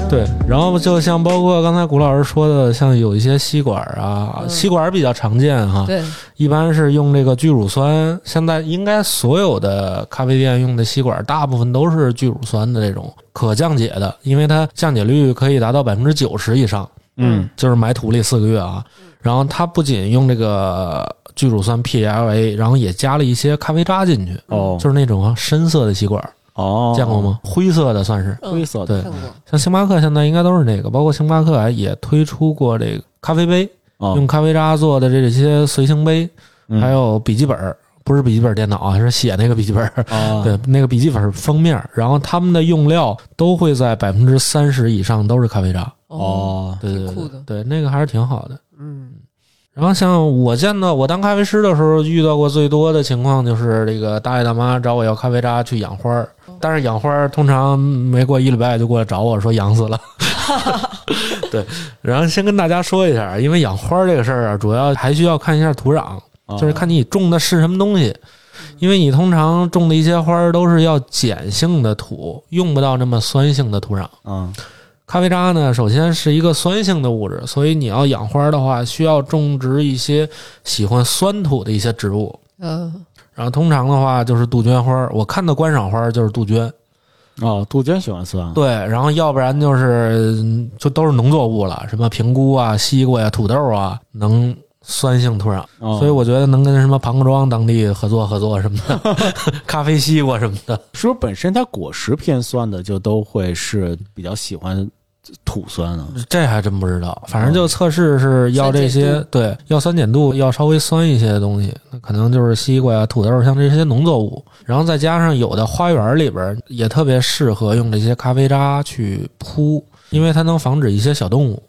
Speaker 2: 对，然后就像包括刚才古老师说的，像有一些吸管啊，
Speaker 3: 嗯
Speaker 2: 吸管比较常见哈、
Speaker 3: 对，
Speaker 2: 一般是用这个聚乳酸，现在应该所有的咖啡店用的吸管，大部分都是聚乳酸的这种可降解的，因为它降解率可以达到百分之九十以上，
Speaker 1: 嗯
Speaker 2: 就是埋土里四个月啊。然后它不仅用这个聚乳酸 PLA，然后也加了一些咖啡渣进去，
Speaker 1: 哦
Speaker 2: 就是那种深色的吸管，
Speaker 1: 哦，
Speaker 2: 见过？吗？灰色的算是。
Speaker 1: 灰色的
Speaker 2: 对
Speaker 3: 嗯看过，
Speaker 2: 像星巴克现在应该都是那个，包括星巴克也推出过这个咖啡杯，
Speaker 1: 哦
Speaker 2: 用咖啡渣做的这些随行杯，
Speaker 1: 嗯
Speaker 2: 还有笔记本儿，不是笔记本电脑啊， [LAUGHS] 是写那个笔记本儿。
Speaker 1: 啊，
Speaker 2: 对，那个笔记本封面儿，然后他们的用料都会在百分之三十以上都是咖啡渣。
Speaker 1: 哦，
Speaker 2: 对对
Speaker 3: 挺
Speaker 2: 对
Speaker 3: 酷的，
Speaker 2: 对那个还是挺好的。
Speaker 3: 嗯，
Speaker 2: 然后像我见到我当咖啡师的时候，遇到过最多的情况就是这个大爷大妈找我要咖啡渣去养花儿，
Speaker 3: 哦 [LAUGHS]
Speaker 2: 但是养花儿通常没过一礼拜就过来找我说养死了。然后先跟大家说一下，因为养花这个事儿啊，主要还需要看一下土壤，
Speaker 1: 啊
Speaker 2: 就是看你种的是什么东西。因为你通常种的一些花儿都是要碱性的土，用不到那么酸性的土壤。
Speaker 1: 嗯
Speaker 2: 咖啡渣呢，首先是一个酸性的物质，所以你要养花的话，需要种植一些喜欢酸土的一些植物。
Speaker 3: 嗯，
Speaker 2: 然后通常的话就是杜鹃花儿，我看的观赏花儿就是杜鹃，
Speaker 1: 哦，杜鹃喜欢酸，
Speaker 2: 对，然后要不然就是嗯就都是农作物了，什么平菇啊、西瓜呀、土豆啊，能酸性土壤，
Speaker 1: 哦
Speaker 2: 所以我觉得能跟什么庞各庄当地合作合作什么 [LAUGHS] 的，咖啡西瓜什么的，
Speaker 1: 是不是本身它果实偏酸的就都会是比较喜欢土酸啊呢？
Speaker 2: 这还真不知道。嗯反正就测试是要这
Speaker 3: 酸
Speaker 2: 些
Speaker 3: 碱，
Speaker 2: 对，要酸碱度，要稍微酸一些的东西，那可能就是西瓜呀、土豆，像这些农作物，然后再加上有的花园里边也特别适合用这些咖啡渣去铺，因为它能防止一些小动物。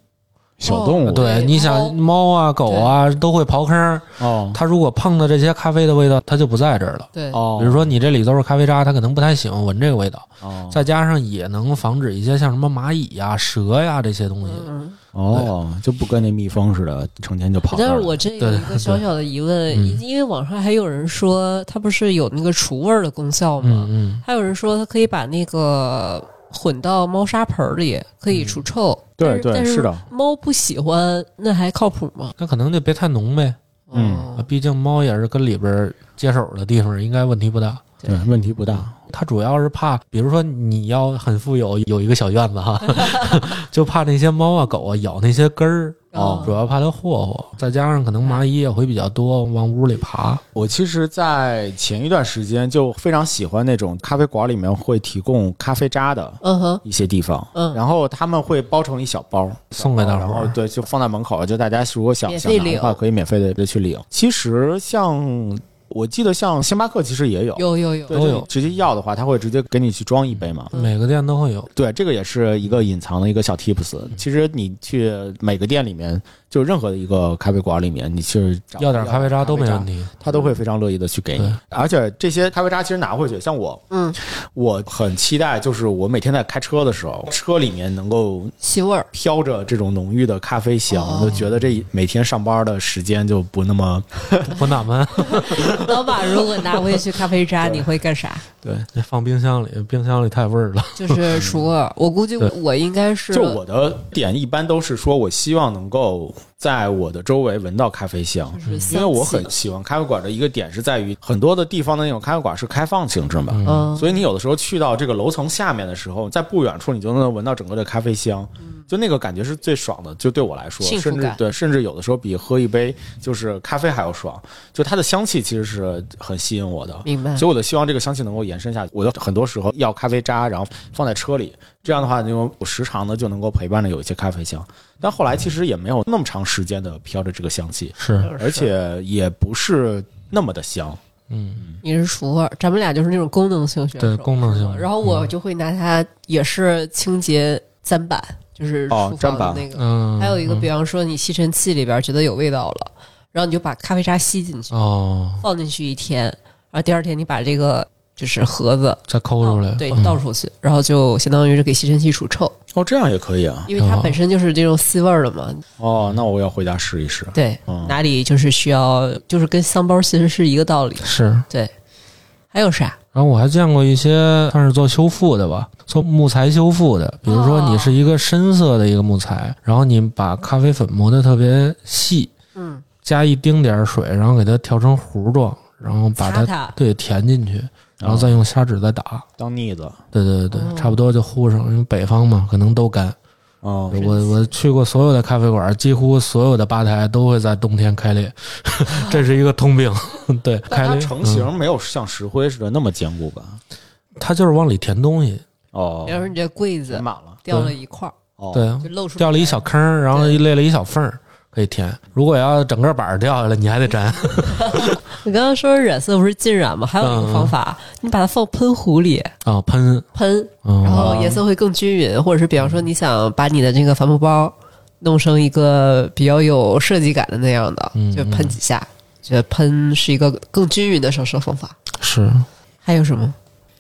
Speaker 1: 小动物
Speaker 3: 哦
Speaker 2: 对，
Speaker 3: 对
Speaker 2: 你
Speaker 3: 猫
Speaker 2: 想猫啊、狗啊都会刨坑，
Speaker 1: 哦
Speaker 2: 它如果碰到这些咖啡的味道，它就不在这儿了。
Speaker 3: 对，
Speaker 1: 哦，
Speaker 2: 比如说你这里都是咖啡渣，它可能不太喜欢闻这个味道。
Speaker 1: 哦
Speaker 2: 再加上也能防止一些像什么蚂蚁呀、蛇呀、这些东西。
Speaker 3: 嗯，
Speaker 1: 哦，就不跟那蜜蜂似的，成天就跑这
Speaker 3: 但
Speaker 1: 儿
Speaker 3: 是
Speaker 1: 了。
Speaker 3: 我这有一
Speaker 2: 对
Speaker 3: 个小小的疑问，
Speaker 2: 嗯
Speaker 3: 因因为网上还有人说它不是有那个除味儿的功效吗？
Speaker 2: 嗯嗯，
Speaker 3: 还有人说它可以把那个混到猫砂盆儿里，可以除臭。
Speaker 1: 嗯
Speaker 3: 但
Speaker 1: 对
Speaker 3: 是
Speaker 1: 对
Speaker 3: 但
Speaker 1: 是
Speaker 3: 是
Speaker 1: 的，
Speaker 3: 猫不喜欢，那还靠谱吗？
Speaker 2: 那可能就别太浓呗，
Speaker 1: 嗯
Speaker 3: 哦，
Speaker 2: 毕竟猫也是跟里边接手的地方，应该问题不大。
Speaker 1: 对问题不大。
Speaker 2: 它主要是怕，比如说你要很富有，有一个小院子哈， [LAUGHS] 就怕那些猫啊、狗啊咬那些根儿，
Speaker 1: 哦
Speaker 2: 主要怕它霍霍，再加上可能蚂蚁也会比较多，往屋里爬。
Speaker 1: 我其实，在前一段时间就非常喜欢那种咖啡馆里面会提供咖啡渣的
Speaker 3: 嗯哼，
Speaker 1: 一些地方，
Speaker 3: 嗯
Speaker 1: 然后他们会包成一小包
Speaker 2: 送给大伙儿
Speaker 1: 然后对，就放在门口，就大家如果想
Speaker 3: 免
Speaker 1: 想
Speaker 3: 费
Speaker 1: 拿的话，
Speaker 3: 领
Speaker 1: 可以免费的去领。其实像我记得，像星巴克其实也有，
Speaker 3: 有有有，
Speaker 1: 对，
Speaker 2: 都
Speaker 1: 就
Speaker 2: 有
Speaker 1: 你直接要的话，他会直接给你去装一杯嘛。
Speaker 3: 嗯
Speaker 2: 每个店都会有。
Speaker 1: 对，这个也是一个隐藏的一个小 tips。其
Speaker 2: 嗯
Speaker 1: 实你去每个店里面，就任何的一个咖啡馆里面，你去找
Speaker 2: 要点咖啡渣都没问，题，
Speaker 1: 他都会非常乐意的去给
Speaker 2: 对
Speaker 1: 你。而且这些咖啡渣其实拿回去，像我，
Speaker 3: 嗯，
Speaker 1: 我很期待，就是我每天在开车的时候，车里面能够
Speaker 3: 气味儿。
Speaker 1: 飘着这种浓郁的咖啡香，
Speaker 3: 哦
Speaker 1: 就觉得这每天上班的时间就不那么
Speaker 2: 不纳闷。
Speaker 3: 老板如果拿回去咖啡渣，你会干啥？
Speaker 1: 对。
Speaker 2: 那放冰箱里，冰箱里太味儿了。
Speaker 3: 就是除味儿。我估计
Speaker 2: 对
Speaker 3: 我应该是
Speaker 1: 就我的点一般都是说，我希望能够在我的周围闻到咖啡香，
Speaker 3: 就是
Speaker 1: 因为我
Speaker 3: 丧
Speaker 1: 很
Speaker 3: 气
Speaker 1: 喜欢咖啡馆的一个点是在于，很多的地方的那种咖啡馆是开放性质嘛，
Speaker 3: 嗯，
Speaker 1: 所以你有的时候去到这个楼层下面的时候，在不远处你就能闻到整个的咖啡香，就那个感觉是最爽的。就对我来说，
Speaker 3: 嗯幸福
Speaker 1: 甚
Speaker 3: 感
Speaker 1: 至对，甚至有的时候比喝一杯就是咖啡还要爽。就它的香气其实是很吸引我的，
Speaker 3: 明白
Speaker 1: 所以我就希望这个香气能够延伸下去。我就很多时候要咖啡渣，然后放在车里，这样的话，就我时常的就能够陪伴着有一些咖啡香。但后来其实也没有那么长时间的飘着这个香气，
Speaker 2: 是，
Speaker 1: 而且也不是那么的香。
Speaker 2: 嗯，
Speaker 3: 你是除味儿，咱们俩就是那种功能性选手。
Speaker 2: 对，功能性。
Speaker 3: 然后我就会拿它，也是清洁砧板，就是
Speaker 1: 哦
Speaker 3: 厨房
Speaker 1: 砧板
Speaker 3: 的那个。
Speaker 2: 嗯，
Speaker 3: 还有一个，
Speaker 2: 嗯
Speaker 3: 比方说你吸尘器里边觉得有味道了，然后你就把咖啡渣吸进去，
Speaker 2: 哦，
Speaker 3: 放进去一天，然后第二天你把这个就是盒子
Speaker 2: 再抠出来，
Speaker 3: 哦对
Speaker 2: 嗯
Speaker 3: 倒出去，然后就相当于是给吸尘器除臭，
Speaker 1: 哦，这样也可以啊。
Speaker 3: 因为
Speaker 2: 哦
Speaker 3: 它本身就是这种吸味儿的
Speaker 2: 嗯
Speaker 3: 嘛。
Speaker 1: 哦，那我要回家试一试。
Speaker 3: 对，
Speaker 2: 啊
Speaker 1: 嗯
Speaker 3: 哪里就是需要，就是跟香包其实是一个道理。
Speaker 2: 是。然
Speaker 3: 还有啥？
Speaker 2: 后我还见过一些算是做修复的吧，做木材修复的，比如说
Speaker 3: 哦
Speaker 2: 你是一个深色的一个木材，然后你把咖啡粉磨得特别细，
Speaker 1: 哦
Speaker 3: 嗯，
Speaker 2: 加一丁点儿水，然后给它调成糊状，然后把
Speaker 3: 擦
Speaker 2: 它
Speaker 3: 它，
Speaker 2: 对填进去，然后再用砂纸再打。
Speaker 1: 当腻子。
Speaker 2: 对对对
Speaker 3: 哦
Speaker 2: 对，差不多就糊上，因为北方嘛，可能都干。
Speaker 1: 哦
Speaker 2: 我我去过所有的咖啡馆，几乎所有的吧台都会在冬天开裂， [LAUGHS] 这是一个通病。对，开
Speaker 1: 它
Speaker 2: 裂
Speaker 1: 成
Speaker 2: 嗯
Speaker 1: 型没有像石灰似的那么坚固吧？
Speaker 2: 它就是往里填东西，
Speaker 1: 哦
Speaker 3: 比，方说你这柜
Speaker 1: 填
Speaker 3: 子
Speaker 1: 满了。
Speaker 3: 掉了一块儿，
Speaker 1: 哦，
Speaker 2: 对，
Speaker 3: 就露出
Speaker 2: 掉了一小
Speaker 3: 来
Speaker 2: 坑儿，然后
Speaker 3: 对
Speaker 2: 裂了一小缝儿，可以填。如果要整个板儿掉下来，你还得粘。
Speaker 3: 你刚刚说染色不是浸染吗？还有一个方
Speaker 2: 嗯
Speaker 3: 法，你把它放喷壶里
Speaker 2: 啊，喷，
Speaker 3: 喷，然
Speaker 2: 嗯，
Speaker 3: 后颜色会更均匀，或者是比方说你想把你的这个帆布包弄成一个比较有设计感的那样的，
Speaker 2: 嗯
Speaker 3: 就喷几下，觉得喷是一个更均匀的上色方法。
Speaker 2: 是
Speaker 3: 还有什么？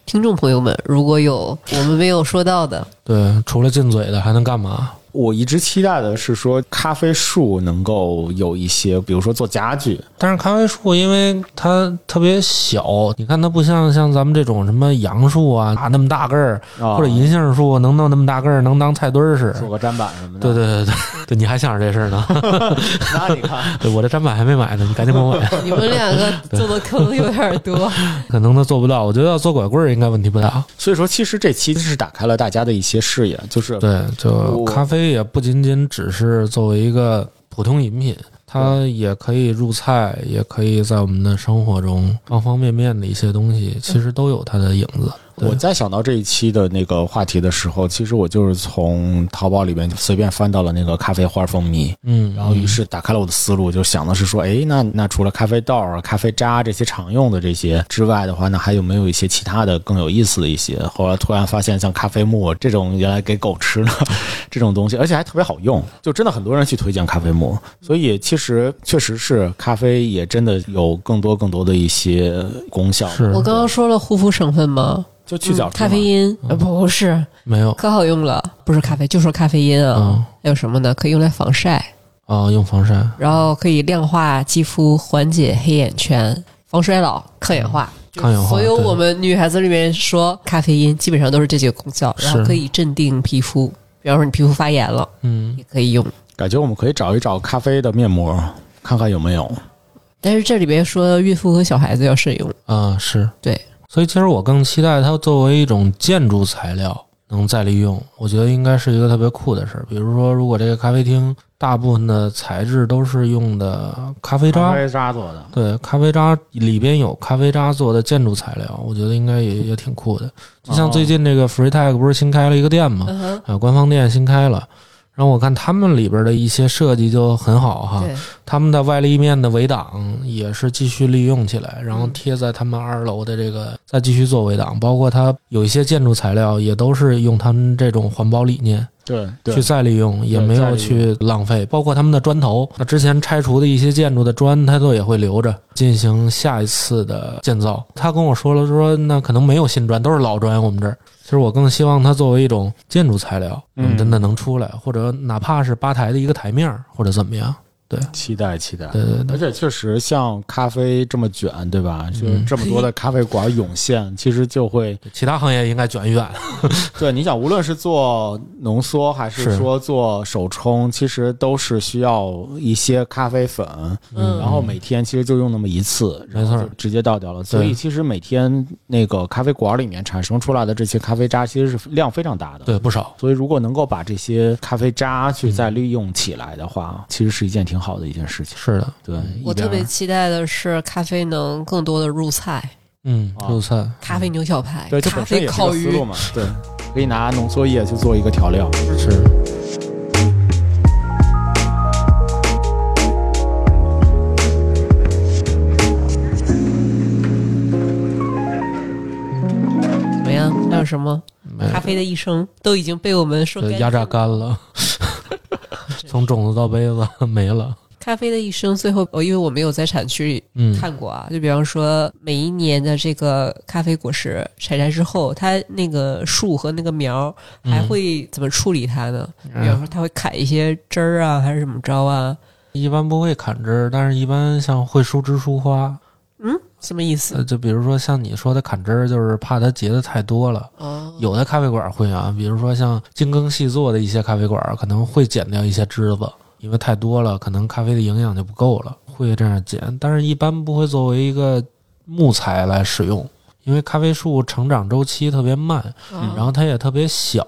Speaker 3: 听众朋友们，如果有我们没有说到的，
Speaker 2: 对。除了进嘴的，还能干嘛？
Speaker 1: 我一直期待的是说，咖啡树能够有一些，比如说做家具，
Speaker 2: 但是咖啡树因为它特别小，你看它不像像咱们这种什么杨树啊，啊那么大个儿，
Speaker 1: 啊
Speaker 2: 或者银杏树能弄那么大个儿，能当菜墩儿使。
Speaker 1: 做个砧板什么的。
Speaker 2: 对对对对对，你还想着这事儿 [LAUGHS] 呢？
Speaker 1: 那你看，
Speaker 2: 对我这砧板还没买呢，你赶紧给我 [LAUGHS] 买。
Speaker 3: 你们两个做的坑有点
Speaker 2: [LAUGHS]
Speaker 3: 多，
Speaker 2: 可能他做不到，我觉得要做拐棍儿应该问题不大。
Speaker 1: 所以说其实这期是打开了大家的一些视野，就是
Speaker 2: 对，就
Speaker 1: 我
Speaker 2: 咖啡也不仅仅只是作为一个普通饮品，它也可以入菜，也可以在我们的生活中方方面面的一些东西，其实都有它的影子。对
Speaker 1: 我在想到这一期的那个话题的时候，其实我就是从淘宝里边随便翻到了那个咖啡花蜂蜜，
Speaker 2: 嗯，
Speaker 1: 然后于是打开了我的思路，就想的是说，哎，那那除了咖啡豆啊、咖啡渣这些常用的这些之外的话，那还有没有一些其他的更有意思的一些？后来突然发现，像咖啡沫这种原来给狗吃的 [LAUGHS] 这种东西，而且还特别好用，就真的很多人去推荐咖啡沫。所以其实确实是咖啡也真的有更多更多的一些功效，
Speaker 2: 是
Speaker 3: 我刚刚说了护肤成分吗？
Speaker 1: 就去角
Speaker 3: 嗯
Speaker 1: 质
Speaker 3: 咖
Speaker 1: 嘛
Speaker 3: 啡因，呃不是，
Speaker 2: 没有
Speaker 3: 可好用了，不是咖啡，就说咖啡因啊
Speaker 2: 嗯，
Speaker 3: 还有什么呢？可以用来防晒，
Speaker 2: 啊、用防晒
Speaker 3: 然后可以亮化肌肤，缓解黑眼圈，防衰老，抗氧化。
Speaker 1: 嗯
Speaker 2: 抗氧化
Speaker 3: 所有
Speaker 2: 对
Speaker 3: 我们女孩子里面说咖啡因，基本上都是这几个功效，然后
Speaker 2: 是
Speaker 3: 可以镇定皮肤。比方说你皮肤发炎了，
Speaker 2: 嗯，
Speaker 3: 也可以用。
Speaker 1: 感觉我们可以找一找咖啡的面膜，看看有没有。
Speaker 3: 但是这里边说孕妇和小孩子要慎用，
Speaker 2: 啊、是
Speaker 3: 对。
Speaker 2: 所以其实我更期待它作为一种建筑材料能再利用，我觉得应该是一个特别酷的事儿。比如说，如果这个咖啡厅大部分的材质都是用的咖啡渣，
Speaker 1: 渣做的，
Speaker 2: 对，咖啡渣里边有咖啡渣做的建筑材料，我觉得应该也也挺酷的。就像最近这个 FreeTag 不是新开了一个店吗？
Speaker 1: 嗯
Speaker 3: 哼，
Speaker 2: 啊，官方店新开了。然后我看他们里边的一些设计就很好哈，
Speaker 1: 啊
Speaker 3: 对，
Speaker 2: 他们的外立面的围挡也是继续利用起来，然后
Speaker 3: 嗯
Speaker 2: 贴在他们二楼的这个再继续做围挡，包括它有一些建筑材料也都是用他们这种环保理念
Speaker 1: 对对
Speaker 2: 去，再利用，也
Speaker 1: 对
Speaker 2: 没
Speaker 1: 再
Speaker 2: 有
Speaker 1: 利
Speaker 2: 去浪费，包括他们的砖头，那之前拆除的一些建筑的砖，它都也会留着进行下一次的建造。他跟我说了说，那可能没有新砖，都是老砖，我们这儿。其实我更希望它作为一种建筑材料，
Speaker 1: 嗯
Speaker 2: 真的能出来，或者哪怕是吧台的一个台面儿，或者怎么样。
Speaker 1: 期待期待。
Speaker 2: 对对对
Speaker 1: 而，且确实，像咖啡这么卷，对吧？
Speaker 2: 嗯
Speaker 1: 就是这么多的咖啡
Speaker 2: [LAUGHS]
Speaker 1: 馆涌现，其实就会
Speaker 2: 其他行业应该卷一卷。 [LAUGHS]
Speaker 1: 对你想，无论是做浓缩还是
Speaker 2: 是
Speaker 1: 说做手冲，其实都是需要一些咖啡粉，
Speaker 3: 嗯
Speaker 1: 然后每天其实就用那么一次，
Speaker 2: 没错
Speaker 1: 然后就直接倒掉了。所以
Speaker 2: 对
Speaker 1: 其实每天那个咖啡馆里面产生出来的这些咖啡渣，其实是量非常大的。
Speaker 2: 对，嗯不少。
Speaker 1: 所以，如果能够把这些咖啡渣去再利用起来的话，其实是一件挺好的一件事情。
Speaker 2: 是的，
Speaker 1: 对，
Speaker 3: 我
Speaker 1: 一边
Speaker 3: 特别期待的是咖啡能更多的入菜，
Speaker 2: 嗯，
Speaker 1: 啊
Speaker 2: 入菜，
Speaker 3: 咖啡牛小排
Speaker 1: 对，，这
Speaker 3: 咖
Speaker 1: 本身
Speaker 3: 啡
Speaker 1: 也是个
Speaker 3: 烤
Speaker 1: 思
Speaker 3: 鱼
Speaker 1: [LAUGHS] 路，嘛。对，可以拿浓缩液去做一个调料。
Speaker 2: 是。
Speaker 3: 怎么样？还有什么？
Speaker 2: 没有
Speaker 3: 咖啡的一生都已经被我们说
Speaker 2: 这
Speaker 3: 干
Speaker 2: 压
Speaker 3: 净
Speaker 2: 榨
Speaker 3: 了
Speaker 2: 干
Speaker 3: [LAUGHS]
Speaker 2: 了，从种子到杯子没了。
Speaker 3: 咖啡的一生，最后哦我因为我没有在产区
Speaker 2: 嗯，
Speaker 3: 看过啊，就比方说每一年的这个咖啡果实采摘之后，它那个树和那个苗还
Speaker 2: 嗯
Speaker 3: 会怎么处理它呢？比方
Speaker 2: 嗯
Speaker 3: 说，它会砍一些枝儿啊，还是怎么着啊？
Speaker 2: 一般不会砍枝，但是一般像会疏枝疏花。
Speaker 3: 什么意思？
Speaker 2: 呃，就比如说像你说的砍枝，就是怕它结的太多了。
Speaker 3: 哦，
Speaker 2: 嗯有的咖啡馆会啊，比如说像精耕细作的一些咖啡馆，可能会剪掉一些枝子，因为太多了，可能咖啡的营养就不够了，会这样剪。但是，一般不会作为一个木材来使用，因为咖啡树成长周期特别慢，
Speaker 3: 嗯
Speaker 2: 然后它也特别小，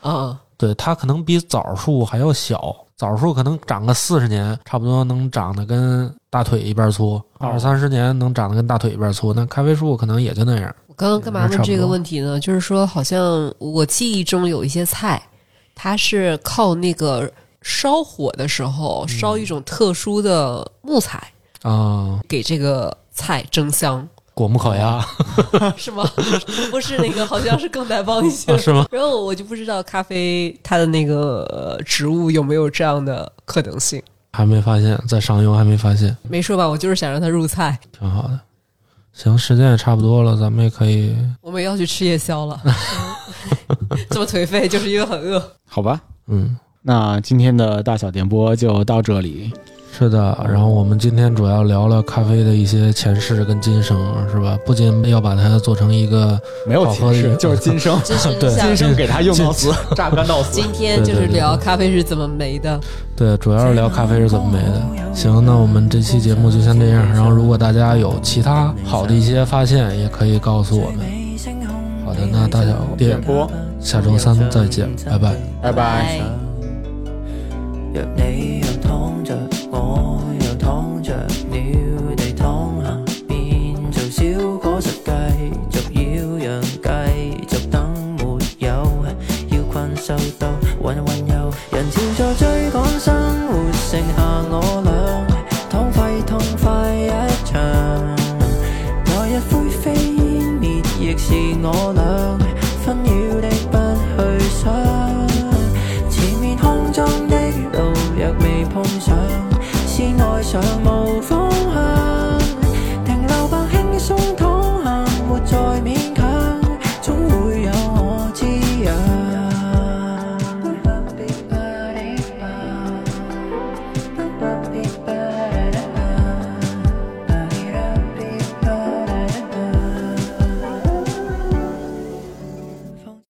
Speaker 3: 啊，
Speaker 2: 对，它可能比枣树还要小。枣树可能长个四十年，差不多能长得跟大腿一边粗；二三十年能长得跟大腿一边粗。那咖啡树可能也就那样。
Speaker 3: 我刚刚干嘛问这个问题呢？就是说，好像我记忆中有一些菜，它是靠那个烧火的时候
Speaker 2: 嗯
Speaker 3: 烧一种特殊的木材，
Speaker 2: 啊、
Speaker 3: 给这个菜蒸香，
Speaker 2: 果木烤鸭、
Speaker 3: 是吗？ [LAUGHS] 不是那个，好像是更难帮一
Speaker 2: [LAUGHS]
Speaker 3: 些
Speaker 2: 啊、。是吗？
Speaker 3: 然后我就不知道咖啡它的那个呃植物有没有这样的可能性。
Speaker 2: 还没发现，在上游还没发现，
Speaker 3: 没说吧，我就是想让它入菜。
Speaker 2: 挺好的。行，时间也差不多了，咱们也可以
Speaker 3: 我
Speaker 2: [LAUGHS]
Speaker 3: 们要去吃夜宵了，这么颓废就是因为很饿。，
Speaker 1: 好吧，
Speaker 2: 嗯，
Speaker 1: 那今天的大小电波就到这里，
Speaker 2: 是的，然后我们今天主要聊了咖啡的一些前世跟今生，是吧？不仅要把它做成一个
Speaker 1: 没有前
Speaker 2: 好喝
Speaker 1: 世
Speaker 2: 的
Speaker 1: 就是今 [LAUGHS] 生
Speaker 3: 这是
Speaker 2: [LAUGHS] 对
Speaker 1: 今生给他用到死，榨干到死。
Speaker 3: 今天就是聊咖啡是怎么没的。
Speaker 2: 对，主要是聊咖啡是怎么没的。行，那我们这期节目就先这样。然后，如果大家有其他好的一些发现，也可以告诉我们。好的，那大小
Speaker 1: 电
Speaker 2: 店
Speaker 1: 波，
Speaker 2: 下周三再见，拜拜。
Speaker 1: 拜拜。
Speaker 4: 若你又躺着，我又躺着，了地躺下，變做小果實，繼續擾攘，繼續等沒有，要困獸鬥，混混又人潮在追趕生活，剩下我俩，痛快痛快一場。來日灰飛煙滅，亦是我俩。